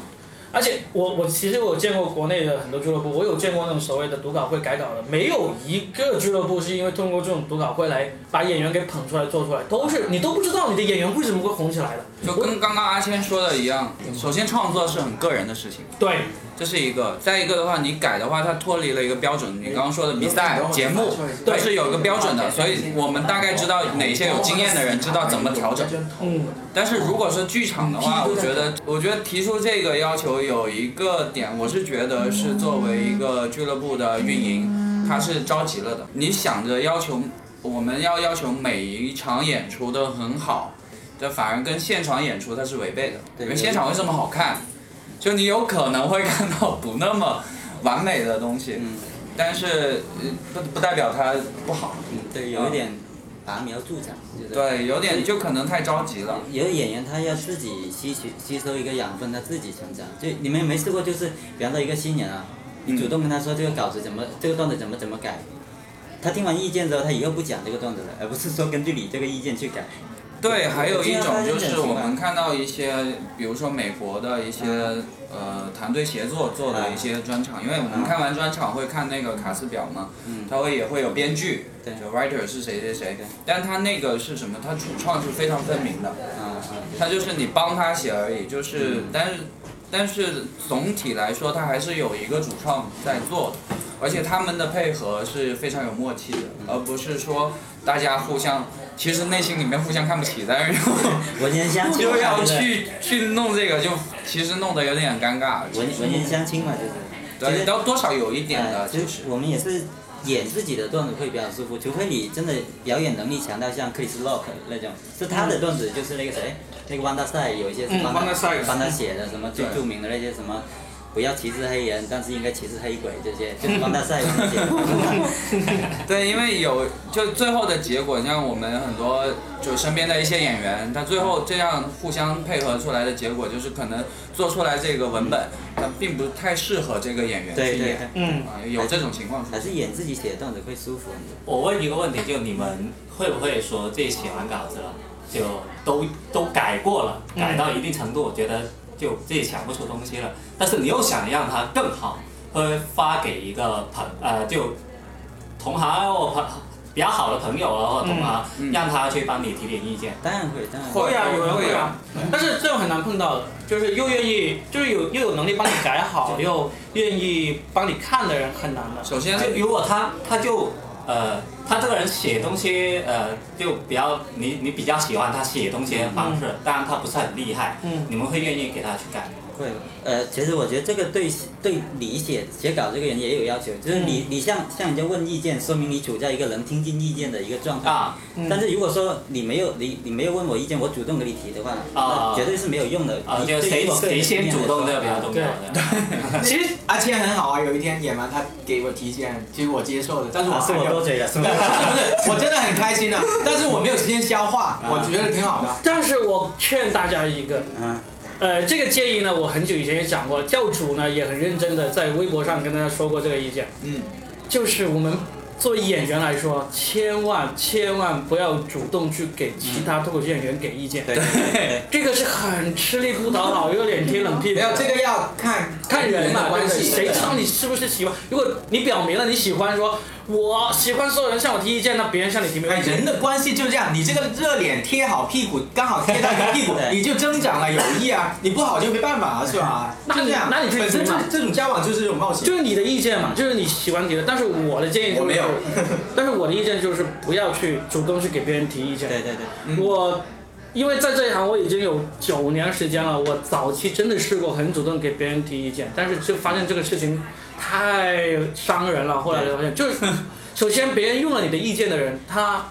而且我我其实我见过国内的很多俱乐部，我有见过那种所谓的读稿会改稿的，没有一个俱乐部是因为通过这种读稿会来把演员给捧出来做出来，都是你都不知道你的演员为什么会红起来的。就跟刚刚阿谦说的一样，首先创作是很个人的事情，对，这是一个；再一个的话，你改的话，它脱离了一个标准。你刚刚说的比赛、节目，它是有一个标准的，所以我们大概知道哪些有经验的人知道怎么调整。嗯，但是如果说哦嗯剧场的话，我觉得，我觉得提出这个要求有一个点，我是觉得是作为一个俱乐部的运营，他是着急了的。你想着要求，我们要要求每一场演出都很好，这反而跟现场演出它是违背的。对因为现场会这么好看，就你有可能会看到不那么完美的东西，嗯但是呃不不代表它不好。嗯，对，有一点拔苗助长，就是。对，有点就可能太着急了。有的演员他要自己吸取吸收一个养分，他自己成长。就你们没试过，就是比方说一个新人啊，你主动跟他说这个稿子怎么，这个段子怎么怎么改，他听完意见之后，他以后不讲这个段子了，而不是说根据你这个意见去改。对，还有一种就这样发生是的我们看到一些，比如说美国的一些呃团队协作做的一些专场，因为我们看完专场会看那个卡斯表嘛，它会也会有编剧，对就 writer 是谁谁谁，但他那个是什么？他主创是非常分明的，啊啊，他就是你帮他写而已，就是但是但是总体来说，他还是有一个主创在做的，而且他们的配合是非常有默契的，而不是说大家互相其实内心里面互相看不起，但是 [LAUGHS] [LAUGHS] 又。文言相亲嘛就要就是去去弄这个，就其实弄得有点尴尬。文文言相亲嘛，就是。其对，实都多少有一点的，呃，就就是是我们也是演自己的段子会比较舒服，除非你真的表演能力强到像 Chris Rock 那种，是他的段子就是那个谁，那个 Wanda 赛有一些是帮他、嗯 Wanda Sykes 嗯帮他写的，什么最对著名的那些什么。不要歧视黑人，但是应该歧视黑鬼这些，就是帮他赛帮他写 [LAUGHS] 的。对，因为有就最后的结果，像我们很多就身边的一些演员，他最后这样互相配合出来的结果，就是可能做出来这个文本，它并不太适合这个演员对去对演对，嗯，啊，有这种情况出还现。是演自己写的段子会舒服很多。我问一个问题，就你们会不会说自己写完稿子了，就都都改过了，改到一定程度，觉得就自己想不出东西了，但是你又想让它更好，会发给一个朋呃就同行或朋比较好的朋友啊或者同行，嗯嗯让他去帮你提点意见。当然会，当然会会啊，有人会会啊，嗯但是这种很难碰到的，就是又愿意，就是有又有能力帮你改好，又愿意帮你看的人很难的。首哎先，就如果他他就呃他这个人写东西呃就比较你你比较喜欢他写东西的方嗯式，当然他不是很厉害，嗯你们会愿意给他去改。会。呃，其实我觉得这个对对你写写稿这个人也有要求，就是嗯你、你向向人家问意见，说明你处在一个能听进意见的一个状态。啊，但是如果说你没有你你没有问我意见，我主动给你提的话，啊那绝对是没有用的。啊，你就对于谁我个人谁先经验主来动这说个比较重要的。其实阿谦很好啊，有一天演完他给我提建，其实我接受了，但是我啊，是还我有多嘴了，是不吗是？ [LAUGHS] 不是，我真的很开心的，但是我没有时间消化，我觉得挺好的。但是我劝大家一个，嗯，呃，这个建议呢，我很久以前也讲过，教主呢也很认真的在微博上跟大家说过这个意见，嗯，就是我们作为演员来说，千万千万不要主动去给其他脱口秀演员给意见，对，对，[LAUGHS] 这个是很吃力不讨好，又脸贴冷屁股。没有这个要看看人嘛，的关系，谁知道你是不是喜欢？如果你表明了你喜欢说，我喜欢所有人向我提意见，那别人向你提没哎，问题。人的关系就这样，你这个热脸贴好屁股，刚好贴到你的屁股对你就增长了友谊啊，你不好就没办法了，是吧？ [LAUGHS] 那你就这样，那你去本身读这嘛这种交往就是这种冒险。就是你的意见嘛，就是你喜欢提的，但是我的建议、就是、我没有， [LAUGHS] 但是我的意见就是不要去主动去给别人提意见。对对对，嗯我因为在这一行我已经有九年时间了，我早期真的试过很主动给别人提意见，但是就发现这个事情太伤人了。后来就发现，就是首先别人用了你的意见的人，他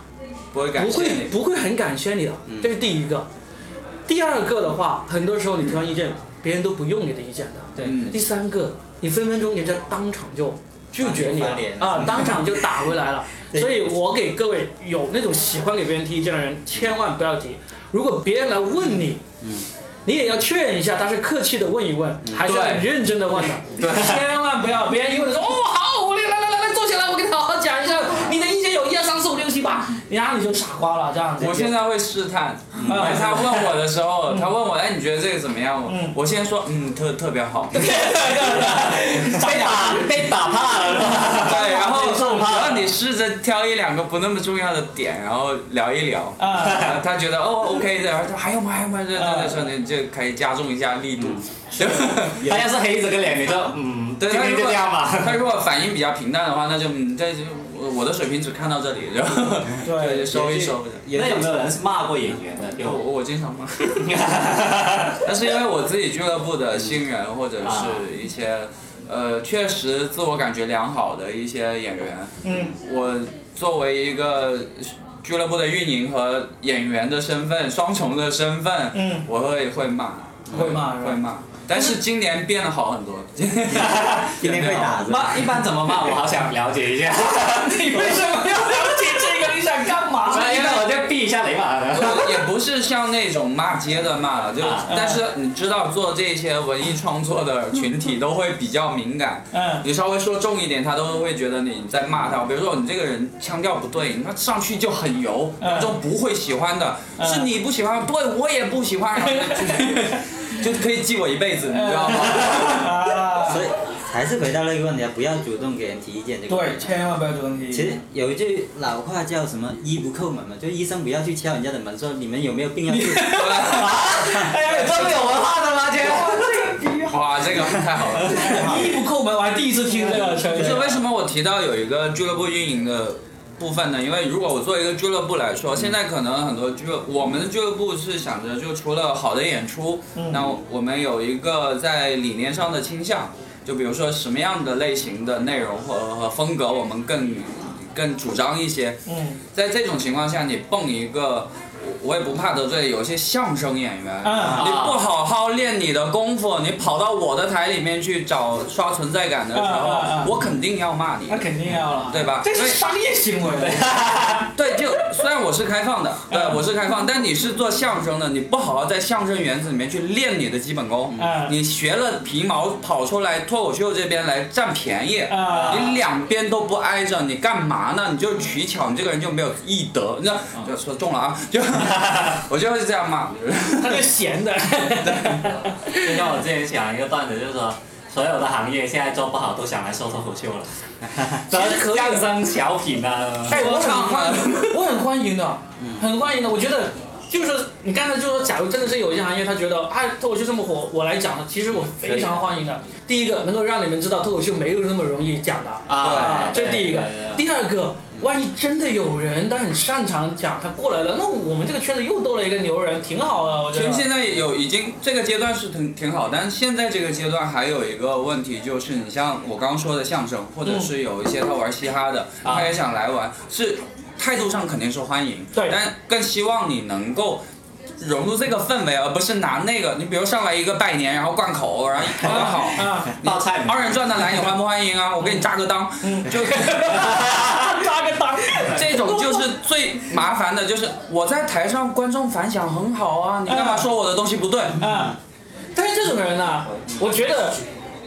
不会感不谢会你。不会很感谢你的，嗯这是第一个。第二个的话，很多时候你提完意见，别人都不用你的意见的。对嗯第三个，你分分钟人家当场就拒绝你了当场就翻脸啊，当场就打回来了。 [LAUGHS] 对所以我给各位有那种喜欢给别人提意见的人，千万不要提。如果别人来问你，嗯你也要确认一下，他是客气的问一问，还是很认真的问的。对千万不要别人一问你说哦好，我来来来来坐下来，我给你好好讲一下你的意见有一二三四五六七八，然后你就傻瓜了这样子。我现在会试探，每他问我的时候，他问我，哎，你觉得这个怎么样？我我先说，嗯，特特别好。 [LAUGHS] 被打被打怕了，对，然后受怕然后你试着挑一两个不那么重要的点，然后聊一聊。啊，他觉得哦 OK 的，然后他说还有吗？还有吗？这这这时候你就可以加重一下力度。他要是黑着个脸，你就嗯，对，今他天如就这果 [LAUGHS] 样吧。他如果反应比较平淡的话，那就嗯，这就我我的水平只看到这里，然后对就收一收。那有没有人是骂过演员的？我有，我经常骂，但是因为我自己俱乐部的新人或者是一些，呃，确实自我感觉良好的一些演员，嗯，我作为一个俱乐部的运营和演员的身份，双重的身份，嗯，我会会骂，会骂是吧会骂，但是今年变得好 [LAUGHS] 很多，今天会 [LAUGHS] 打是吧？骂一般 [LAUGHS] 怎么骂？我好想了解一下。你为什么要了解这个？你想干嘛？所以呢，我就避一下雷马了。也不是像那种骂街的骂了，就、啊但是你知道做这些文艺创作的群体都会比较敏感，嗯，你稍微说重一点，他都会觉得你在骂他。比如说你这个人腔调不对，你看上去就很油，嗯观众不会喜欢的，嗯是你不喜欢，对我也不喜欢， [LAUGHS] 然后就就可以记我一辈子，你知道吗？ [LAUGHS] [LAUGHS] 所以还是回到那个问题啊，不要主动给人提意见这个。对，。千万不要主动提意其实见。有一句老话叫什么“医不叩门”嘛，就医生不要去敲人家的门，说你们有没有病 [LAUGHS] 要去。哎呀，这么有文化的吗？姐，哇，这个太好了。一不叩门，我还第一次听这个成语。就是为么？什么我提到有一个俱乐部运营的部分呢？因为如果我做一个俱乐部来说，现在可能很多俱乐，我们的俱乐部是想着就除了好的演出，那我们有一个在理念上的倾向，就比如说什么样的类型的内容和和风格，我们更更主张一些。嗯在这种情况下，你蹦一个。我我也不怕得罪，有些相声演员，嗯你不好好练你的功夫，你跑到我的台里面去找刷存在感的时候，嗯嗯嗯我肯定要骂你那，肯定要了。对吧？这是所以商业行为。对，就虽然我是开放的，对，嗯我是开放，但你是做相声的，你不好好在相声园子里面去练你的基本功，嗯你学了皮毛跑出来脱口秀这边来占便宜，啊你两边都不挨着，你干嘛呢？你就是取巧，你这个人就没有艺德，那嗯就说中了啊，就 [LAUGHS] 我就会这样骂。他就闲的。就像我之前讲一个段子，就是说所有的行业现在做不好都想来说脱口秀了，其 [LAUGHS] 实可以相声、小品啊，嗯哎，我很 [LAUGHS] 唱欢啊，我很欢迎的，很欢迎的。我觉得就是说，你刚才就说，假如真的是有一些行业，他觉得哎，脱口秀这么火，我来讲了，其实嗯我非常欢迎的。第一个，能够让你们知道脱口秀没有那么容易讲的，啊，这是第一个对对对。第二个，万一真的有人他很擅长讲，他过来了，那我们这个圈子又多了一个牛人，挺好的，我觉其实得。现在有已经这个阶段是挺挺好，但是现在这个阶段还有一个问题，就是你像我刚刚说的相声，或嗯者是有一些他玩嘻哈的，啊他也想来玩，是态度上肯定是欢迎，对但更希望你能够。融入这个氛围，而不是拿那个。你比如上来一个拜年，然后灌口，然后一口就好。 [LAUGHS] 啊， [LAUGHS] 报菜名二人转的来，你欢不欢迎啊？我给你扎个裆，嗯就 [LAUGHS] 扎个裆，这种就是最麻烦的，就是我在台上观众反响很好啊，你干嘛说我的东西不对？啊，但是这种人呢、我觉得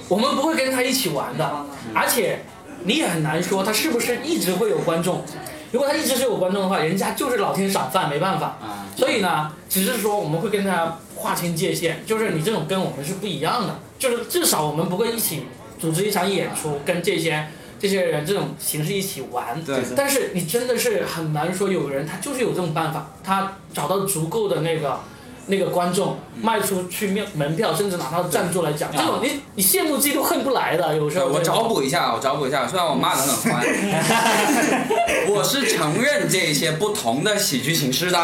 我们不会跟他一起玩的，而且你也很难说他是不是一直会有观众。如果他一直是有观众的话，人家就是老天赏饭，没办法。啊，所以呢，只是说我们会跟他划清界限，就是你这种跟我们是不一样的，就是至少我们不会一起组织一场演出，跟这些这些人这种形式一起玩。对但是你真的是很难说有人他就是有这种办法，他找到足够的那个那个观众，嗯卖出去面门票，甚至拿到赞助来讲，这种你你羡慕嫉妒恨不来的，有时啊对，候我找补一下，我找补一下，虽然我骂的很欢， [LAUGHS] 我是承认这些不同的喜剧形式的，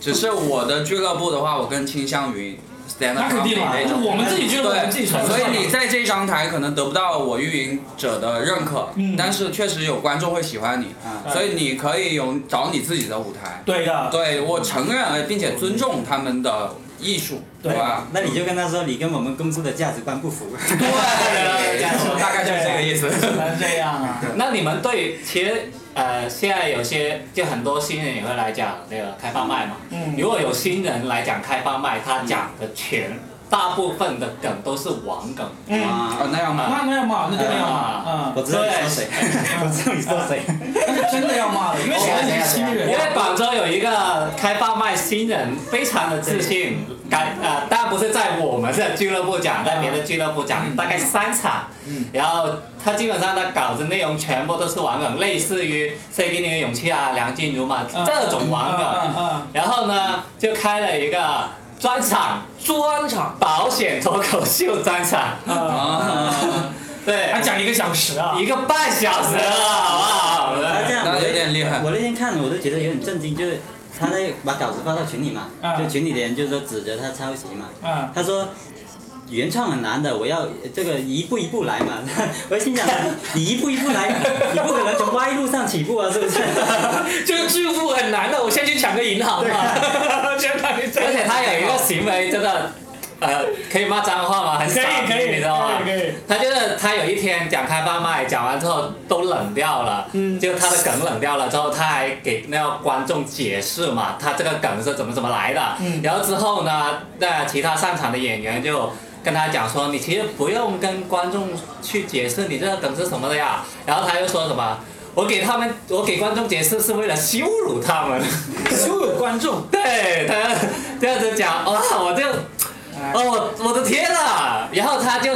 只是我的俱乐部的话，我更倾向于 stand [LAUGHS] 那 up 肯 comedy 定嘛，那就种。我们自己觉得我们自己对，传所以你在这张台可能得不到我运营者的认可，嗯但是确实有观众会喜欢你，啊所以你可以有找你自己的舞台。对的，对我承认，并且尊重他们的艺术，对好吧？那你就跟他说，你跟我们公司的价值观不符。对，大概就是这个意思。能这样啊？那你们对其实呃，现在有些就很多新人也会来讲这个开放麦嘛。嗯如果有新人来讲开放麦，他讲的全大部分的梗都是网梗。啊嗯，啊哦，，那样吗？那那要骂，那真的要骂，我嗯，知道你说谁，我知道你说谁。但是真的要骂的，因为谁啊谁谁是啊新因人为。广州有一个开放麦新人，非常的自信，感呃，当然不是在我们的俱乐部讲，在别的俱乐部嗯讲，大概三场，然后他基本上的稿子内容全部都是网梗，类似于《谁给你的勇气》啊、梁静茹嘛嗯这种网嗯嗯梗，嗯然后呢就开了一个专场，啊专场保险脱口秀专场，啊，啊，对还，讲一个小时啊，一个半小时了，好不好？他啊这样那我有点厉害。我那天看我都觉得有点震惊，就是他在把稿子发到群里嘛，嗯就群里的人就说指责他抄袭嘛，嗯，他说。原创很难的，我要这个一步一步来嘛。 [LAUGHS] 我心想，你一步一步来，你不可能从歪路上起步啊，是不是？就是致富很难的，我先去抢个银行 [LAUGHS] 嘛，先把你 [LAUGHS] 而且他有一个行为真的，呃，可以骂脏话吗？很可傻以逼可以，你知道吗？可以可以，他就是他有一天讲开放麦，讲完之后都冷掉了，嗯就他的梗冷掉了之后，他还给那个观众解释嘛，他这个梗是怎么怎么来的，嗯然后之后呢，那其他上场的演员就。跟他讲说，你其实不用跟观众去解释你这个梗是什么的呀。然后他又说什么，我给他们，我给观众解释是为了羞辱他们。羞辱观众，对他这样子讲，哇，我就，哦，我我的天啊！然后他就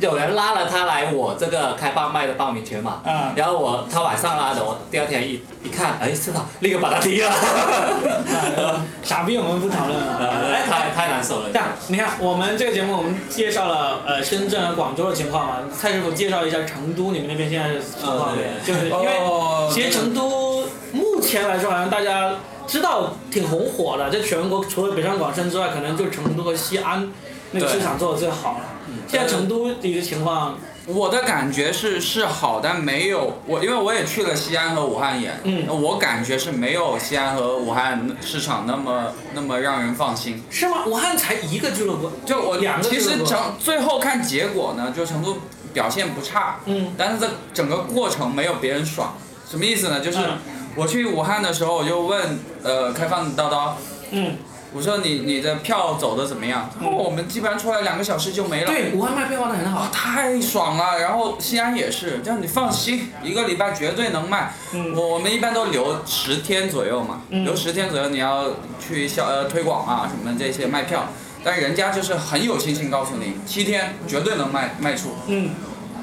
有人拉了他来我这个开放麦的报名群嘛，嗯然后我他晚上拉的，我第二天一一看，哎，是他，立刻把他踢了， [LAUGHS] 哎傻逼我们不讨论了。呃，太太难受了这。样，你看我们这个节目，我们介绍了呃深圳和广州的情况嘛，蔡师傅介绍一下成都，你们那边现在是情况，就是因为哦，其实成都目前来说，好像大家知道挺红火的，在全国除了北上广深之外，可能就成都和西安那个市场做的最好了。嗯现在成都的一个情况，我的感觉是是好，但没有我，因为我也去了西安和武汉演，嗯我感觉是没有西安和武汉市场那么那么让人放心。是吗？武汉才一个俱乐部，就我两个其俱乐实部整最后看结果呢，就成都表现不差，嗯但是这整个过程没有别人爽。什么意思呢？就是嗯我去武汉的时候，我就问呃开放叨叨，嗯，我说你你的票走的怎么样？他说我们基本上出来两个小时就没了。对，武汉卖票卖的很好，太爽了，然后西安也是，这样你放心，一个礼拜绝对能卖。嗯我我们一般都留十天左右嘛，嗯留十天左右，你要去销呃推广啊什么这些卖票。但人家就是很有信心告诉你，七天绝对能卖卖出。嗯，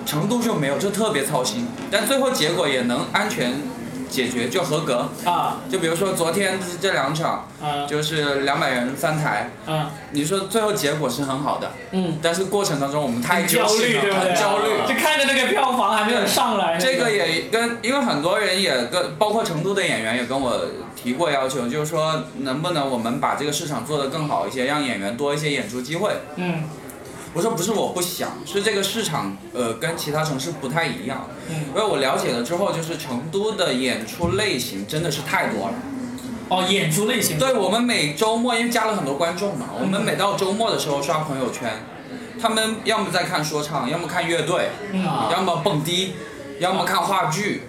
成都就没有，就特别操心，但最后结果也能安全解决，就合格。啊就比如说昨天这两场，啊就是两百人三台，啊，你说最后结果是很好的，嗯，但是过程当中我们太很焦虑对忧心不了对？很焦虑。就看着那个票房还没有上来，这个也跟，因为很多人也跟，包括成都的演员也跟我提过要求，就是说能不能我们把这个市场做得更好一些，让演员多一些演出机会。嗯我说不是我不想，是这个市场呃跟其他城市不太一样。嗯，因为我了解了之后，就是成都的演出类型真的是太多了。哦，演出类型，对我们每周末，因为加了很多观众嘛，我们每到周末的时候刷朋友圈，他们要么在看说唱，要么看乐队，嗯啊要么蹦迪，要么看话剧，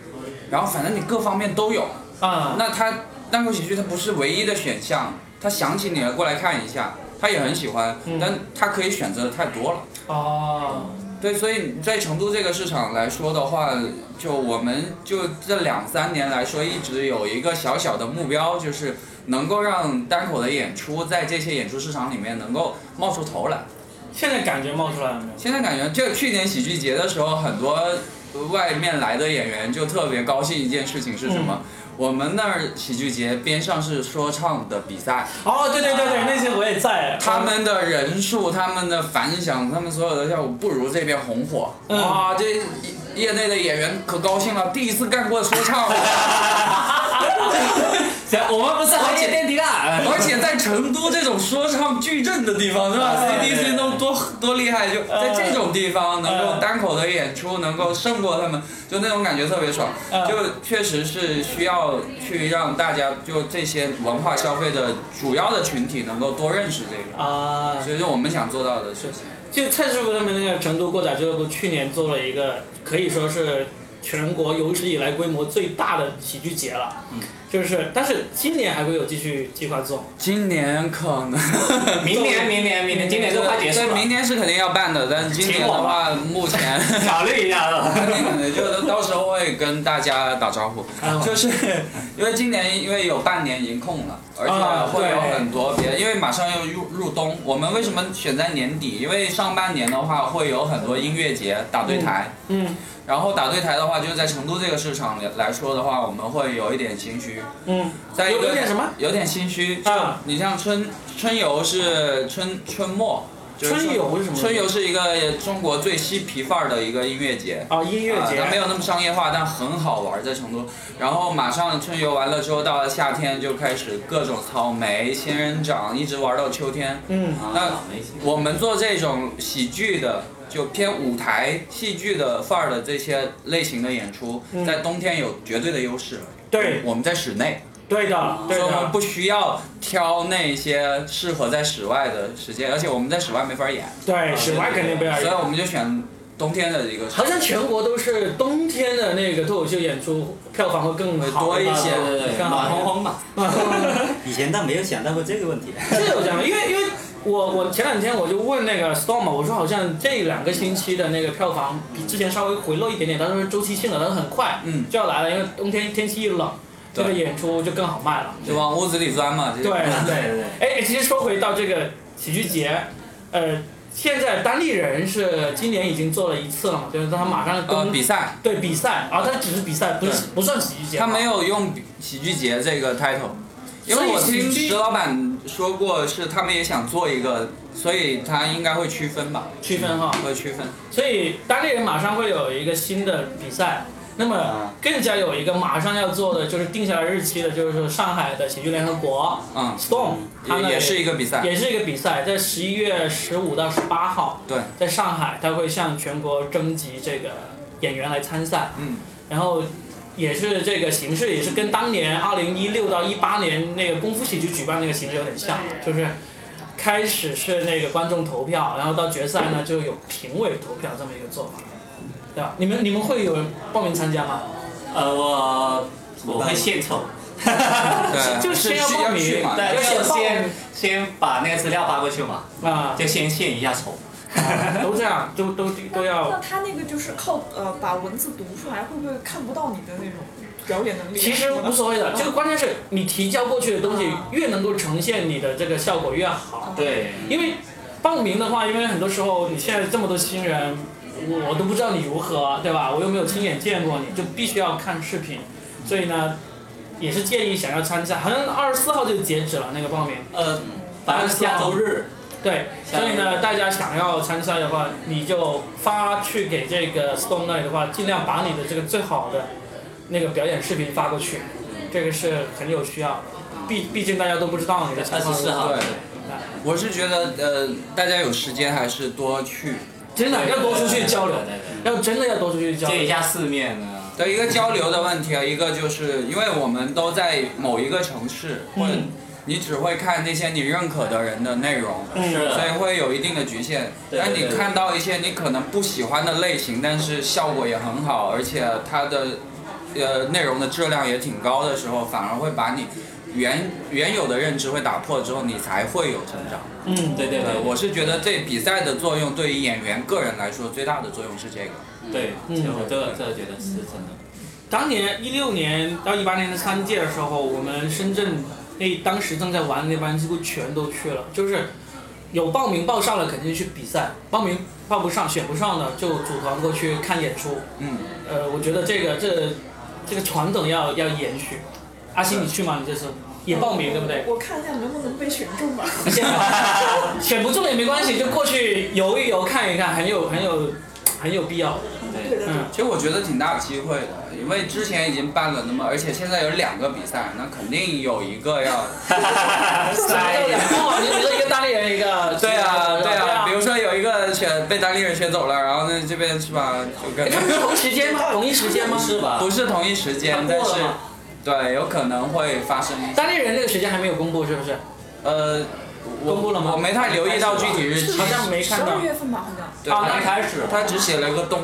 然后反正你各方面都有。啊那他单口喜剧它不是唯一的选项，他想起你了过来看一下，他也很喜欢嗯，但他可以选择的太多了。哦，对，所以在成都这个市场来说的话，就我们就这两三年来说，一直有一个小小的目标，就是能够让单口的演出在这些演出市场里面能够冒出头来。现在感觉冒出来了没有？现在感觉，就去年喜剧节的时候，很多外面来的演员就特别高兴一件事情是什么？我们那儿喜剧节边上是说唱的比赛，哦，对对对对，那些我也在，啊他们的人数、他们的反响、他们所有的效果不如这边红火。嗯哇，这业内的演员可高兴了，第一次干过说 [LAUGHS] 唱，行，我们不是行业电梯啦。 [LAUGHS] 而且在成都这种说唱矩阵的地方，是吧哎？CDC 都多多厉害，就哎在这种地方能哎够单口的演出能够胜过他们，就那种感觉特别爽哎。就确实是需要去让大家就这些文化消费的主要的群体能够多认识这个，啊，所以说我们想做到的事情。就蔡师傅他们那个成都过载俱乐部去年做了一个可以说是全国有史以来规模最大的喜剧节了，嗯，就是但是今年还会有继续计划做吗，今年可能，明年，明年，明年，今年都快结束对，了，明年是肯定要办的，但今年的话，目 [LAUGHS] 前 [LAUGHS] 考虑一下了。肯定啊可能就到时候会跟大家打招呼，啊就是 [LAUGHS] 因为今年因为有半年已经空了，而啊且会有对很多别的，因为马上要入入冬，我们为什么选在年底？因为上半年的话会有很多音乐节打对台，嗯然后打对台的话，就是在成都这个市场来说的话，我们会有一点心虚，嗯在一个有有点什么？有点心虚。啊你像春春游是春春末，就是春游是什么春游是一个中国最嬉皮范儿的一个音乐节。啊音乐节啊它没有那么商业化，但很好玩，在成都。然后马上春游完了之后，到了夏天就开始各种草莓、仙人掌，一直玩到秋天。嗯那啊没事我们做这种喜剧的，就偏舞台戏剧的范儿的这些类型的演出，嗯在冬天有绝对的优势。对我们在室内，对的对所以我们的不需要挑那些适合在室外的时间，而且我们在室外没法演，对啊室外肯定不要所以我们就选冬天的一个时间，好像全国都是冬天的那个脱口秀演出票房会更会好多一吧些，对对对，暖烘烘嘛。 [LAUGHS] 以前倒没有想到过这个问题。 [LAUGHS] 是有这样的，因为因为我我前两天我就问那个 Storm，我说好像这两个星期的那个票房比之前稍微回落一点点，但是周期性的，但是很快嗯就要来了，因为冬天天气一冷，这对个演出就更好卖了。就往屋子里钻嘛，这对对对哎，其实说回到这个喜剧节，呃，现在单立人是今年已经做了一次了嘛，就是他马上呃冬、比赛，对比赛啊，它只是比赛，不是对不算喜剧节。他没有用喜剧节这个 title，因为我所以喜听剧石老板说过是他们也想做一个，所以他应该会区分吧，区分哈。会区分。所以单立人马上会有一个新的比赛，那么啊更加有一个马上要做的就是定下来日期的，就是说上海的喜剧联合国嗯， Storm，它那也里也是一个比赛，也是一个比赛，在十一月十五到十八号对，在上海，它会向全国征集这个演员来参赛，嗯，然后。也是这个形式，也是跟当年二零一六到一八年那个功夫喜剧举办那个形式有点像，就是开始是那个观众投票，然后到决赛呢就有评委投票这么一个做法，对吧？你们你们会有人报名参加吗？呃，我我会献丑。对，就是是要需报要名去嘛，对，要就先先先把那个资料发过去嘛，啊、就先献一下丑。啊都这样，都都都要那他那个就是靠呃把文字读出来，会不会看不到你的那种表演能力？其实无所谓的，这个关键是你提交过去的东西啊越能够呈现你的这个效果越好。对，因为报名的话，因为很多时候你现在这么多新人，我我都不知道你如何，对吧？我又没有亲眼见过你，就必须要看视频。所以呢，也是建议想要参加，好像二十四号就截止了那个报名。呃，反正下周日，对，所以呢，大家想要参赛的话，你就发去给这个 Stone 那里的话，尽量把你的这个最好的那个表演视频发过去，这个是很有需要的。毕毕竟大家都不知道你的二情况十如四何。号对，我是觉得呃，大家有时间还是多去真的要多出去交流，对对要真的要多出去交对见一流。下世面啊。的一个交流的问题啊，一个就是因为我们都在某一个城市，或者嗯你只会看那些你认可的人的内容，是 [LAUGHS] 所以会有一定的局限。对但对你对看到一些你可能不喜欢的类型，但是效果也很好，而且它的呃内容的质量也挺高的时候，反而会把你原原有的认知会打破之后，你才会有成长。嗯，对对对，对我是觉得这比赛的作用对于演员个人来说最大的作用是这个。对，嗯其实我这个这个觉得是真的。当年一六年到一八年的三届的时候，我们深圳那当时正在玩的那班几乎全都去了，就是有报名报上了肯定去比赛，报名报不上选不上的就组团过去看演出。嗯，呃，我觉得这个这个这个传统要要延续。阿星，你去吗？你这次也报名对不 [LAUGHS] 嗯对？我看一下能不能被选中吧。 [LAUGHS] 现在选不中也没关系，就过去游一游看一看，很有很有很有必要的。对的，嗯，其实我觉得挺大机会的，因为之前已经办了那么，而且现在有两个比赛，那肯定有一个要。塞 [LAUGHS] 两个哦，你比如说一个大连人，一个对啊，对对啊，比如说有一个选被当地人选走了，然后呢这边是吧，就跟哎 [LAUGHS] 他们是同时间吗？同一时间吗？是吧？ [LAUGHS] 不是同一时间，但是对，有可能会发生。当地人那个时间还没有公布，是不是？呃，我公布了吗我没太留意到具体日期好。像没十看到二。月份吧，好像。对，啊刚他开始他只写了一个冬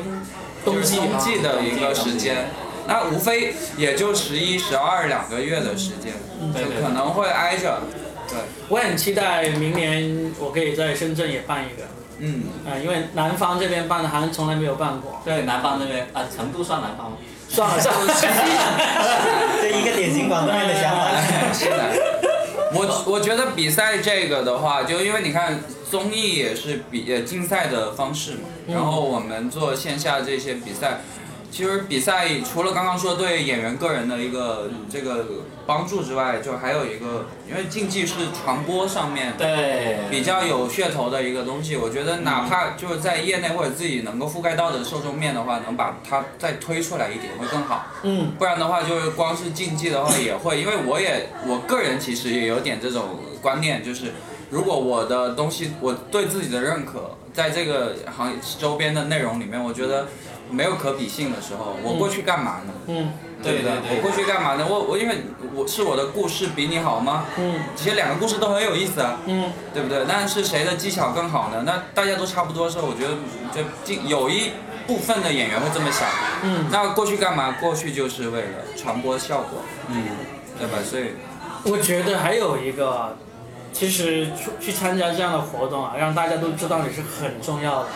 冬就是季冬季的一个时间啊，那无非也就十一、十二两个月的时间，对对就对可能会挨着。对，我很期待明年我可以在深圳也办一个，嗯。呃，因为南方这边办的好像从来没有办过。对南方那边啊，成都算南方吗？ [LAUGHS] 算了算了， [LAUGHS] 这一个典型广东人的 [LAUGHS] 想法。，哎是的，我我觉得比赛这个的话，就因为你看综艺也是比呃竞赛的方式嘛，然后我们做线下这些比赛，其实比赛除了刚刚说对演员个人的一个呃这个帮助之外，就还有一个，因为竞技是传播上面对，比较有噱头的一个东西，我觉得哪怕就是在业内或者自己能够覆盖到的受众面的话，能把它再推出来一点会更好。嗯，不然的话就是光是竞技的话也会，因为我也我个人其实也有点这种观念，就是如果我的东西我对自己的认可，在这个行业周边的内容里面，我觉得没有可比性的时候，我过去干嘛呢？嗯对不对对对我过去干嘛呢？我我因为我是我的故事比你好吗？嗯其实两个故事都很有意思啊。嗯，对不对？但是谁的技巧更好呢？那大家都差不多的时候，我觉得就进有一部分的演员会这么想。嗯，那过去干嘛？过去就是为了传播效果，嗯，对吧？所以我觉得还有一个，其实出去参加这样的活动啊，让大家都知道你是很重要的。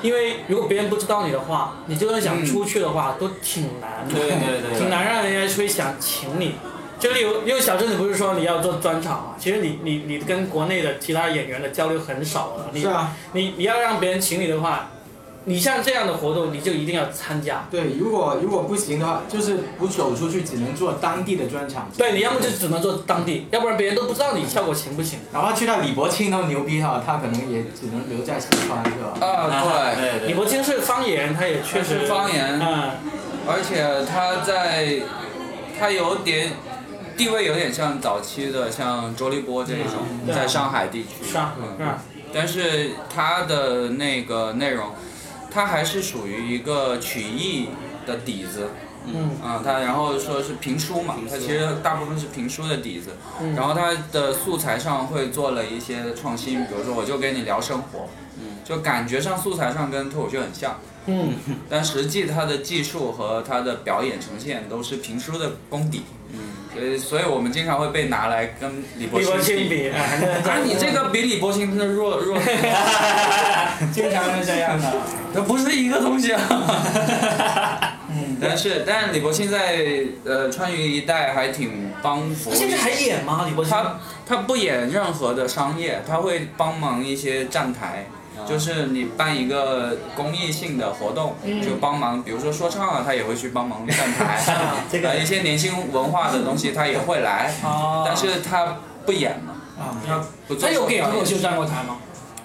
因为如果别人不知道你的话，你就算想出去的话，都挺难的。啊对对对挺对，难让人家会想请你。就例如，因为小镇子不是说你要做专场嘛，其实你你你跟国内的其他演员的交流很少了。你是啊，你你要让别人请你的话，你像这样的活动你就一定要参加。对，如果如果不行的话，就是不走出去，只能做当地的专场。对，你要么就只能做当地，要不然别人都不知道你效果行不行。哪怕去到李伯清那么牛逼哈，他可能也只能留在四川，是吧？呃 [LAUGHS] 啊，对，对李对伯清是方言，他也确实是方言，嗯，而且他在他有点地位有点像早期的像周立波这一种，对啊在上海地区是啊，是啊，但是它的那个内容，它还是属于一个曲艺的底子。嗯啊，它然后说是评书嘛，它其实大部分是评书的底子，嗯然后它的素材上会做了一些创新，比如说我就跟你聊生活，就感觉上素材上跟脱口秀很像，嗯，但实际它的技术和它的表演呈现都是评书的功底，嗯，呃，所以我们经常会被拿来跟李伯李伯清 [LAUGHS] 比。比，啊，你这个比李伯清真的弱 [LAUGHS] 弱，经常是这样的。这不是一个东西啊。 [LAUGHS] 嗯，但是，但是李伯清在呃川渝一带还挺帮扶他。现在还演吗？李伯清？他他不演任何的商业，他会帮忙一些站台，啊就是你办一个公益性的活动，嗯就帮忙，比如说说唱啊，他也会去帮忙站 [LAUGHS] 台啊这个呃一些年轻文化的东西他也会来，哦但是他不演嘛，啊，他不做他有给表脱演口秀站过台 [LAUGHS] 吗？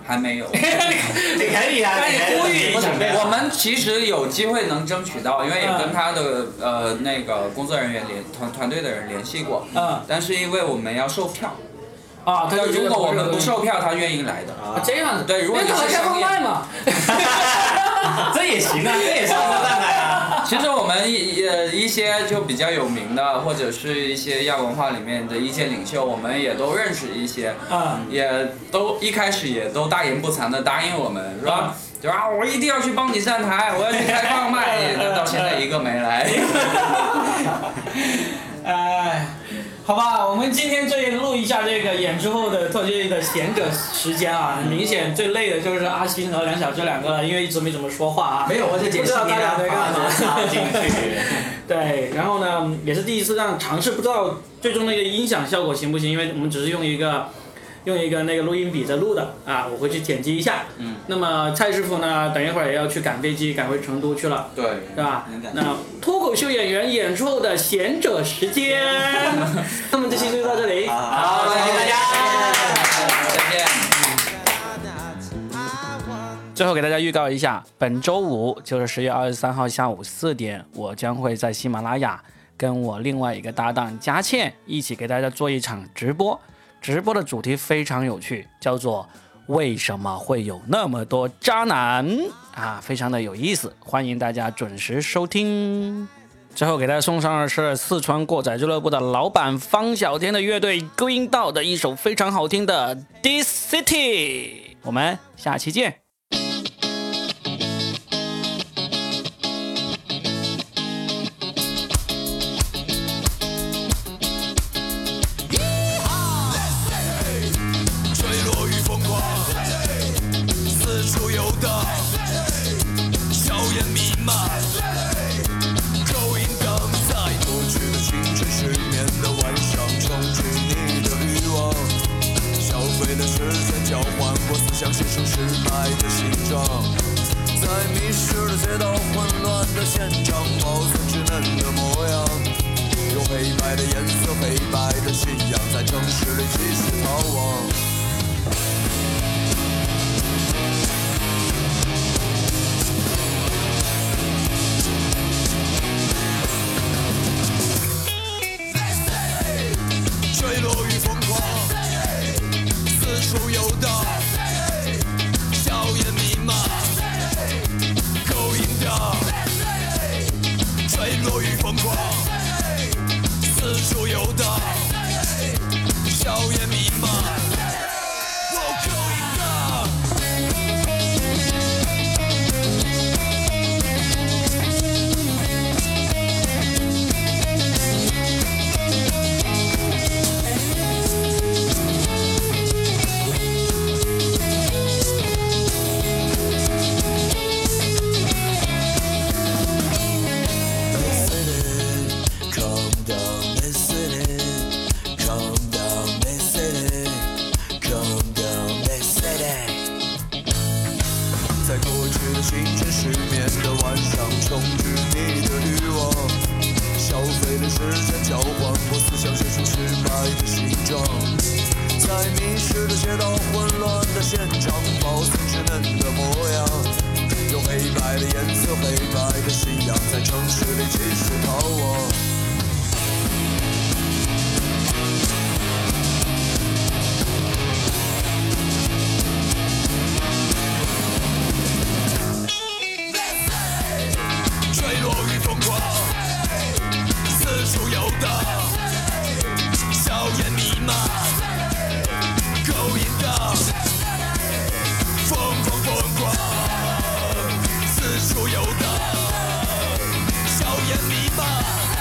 还没有。你可以啊，那你你可以呼吁你准备好我们其实有机会能争取到，因为也跟他的呃那个工作人员联团团队的人联系过，嗯，但是因为我们要售票，啊，他但就觉得如果我不是们不个售票，他愿意来的。啊这样子，对如果那你他是还开商放业麦 [LAUGHS] 嘛， [LAUGHS] 这也行啊，这也算是上 [LAUGHS] 来啊。其实我们一呃一些就比较有名的，或者是一些亚文化里面的一些领袖，我们也都认识一些，嗯，也都一开始也都大言不惭的答应我们，是吧啊？就啊，我一定要去帮你站台，我要去开放麦，那到现在一个没来。 [LAUGHS] 哎，好吧，我们今天这里录一下这个演出后的特技的闲者时间啊，很明显最累的就是阿星和梁晓这两个，因为一直没怎么说话啊。没有，我在解不释知道你大家啊在干嘛啊插进去，对，然后呢，也是第一次让尝试，不知道最终那个音响效果行不行，因为我们只是用一个用一个那个录音笔在录的啊，我回去剪辑一下。嗯。那么蔡师傅呢，等一会儿也要去赶飞机，赶回成都去了，对，是吧能？嗯赶那脱口秀演员演出后的贤者时 [LAUGHS] 间，那么这期就到这里。好，谢谢大家。再见。最后给大家预告一下，本周五就是十月二十三号下午四点，我将会在喜马拉雅跟我另外一个搭档佳倩一起给大家做一场直播。直播的主题非常有趣，叫做“为什么会有那么多渣男”啊，非常的有意思，欢迎大家准时收听。最后给大家送上的是四川过载俱乐部的老板方小天的乐队勾音道的一首非常好听的《This City》，我们下期见。坠落与疯狂，四处游荡，硝烟弥漫，勾引灯在过去的青春、失眠的晚上，冲击你的欲望，消费的时间交换过思想，写出失败的形状。在迷失的街道，混乱的现场，保存稚嫩的模样，用黑白的颜色，黑白的信仰，在城市里继续逃亡。坠落与疯狂，四处游荡，硝烟弥漫，勾引的，坠落与疯狂，四处游荡，硝烟弥漫，我勾引的。Calm down, miss it. Calm down, miss it. Calm down, miss it. 在过去的清晨、失眠的晚上，充斥你的欲望，消费的时间交换过思想，写出失败的形状。在迷失的街道、混乱的现场，保存稚嫩的模样，用黑白的颜色、黑白的信仰，在城市里继续逃亡。坠落与疯狂，四处游荡，硝烟弥漫，勾引的，疯狂疯狂，四处游荡，硝烟弥漫。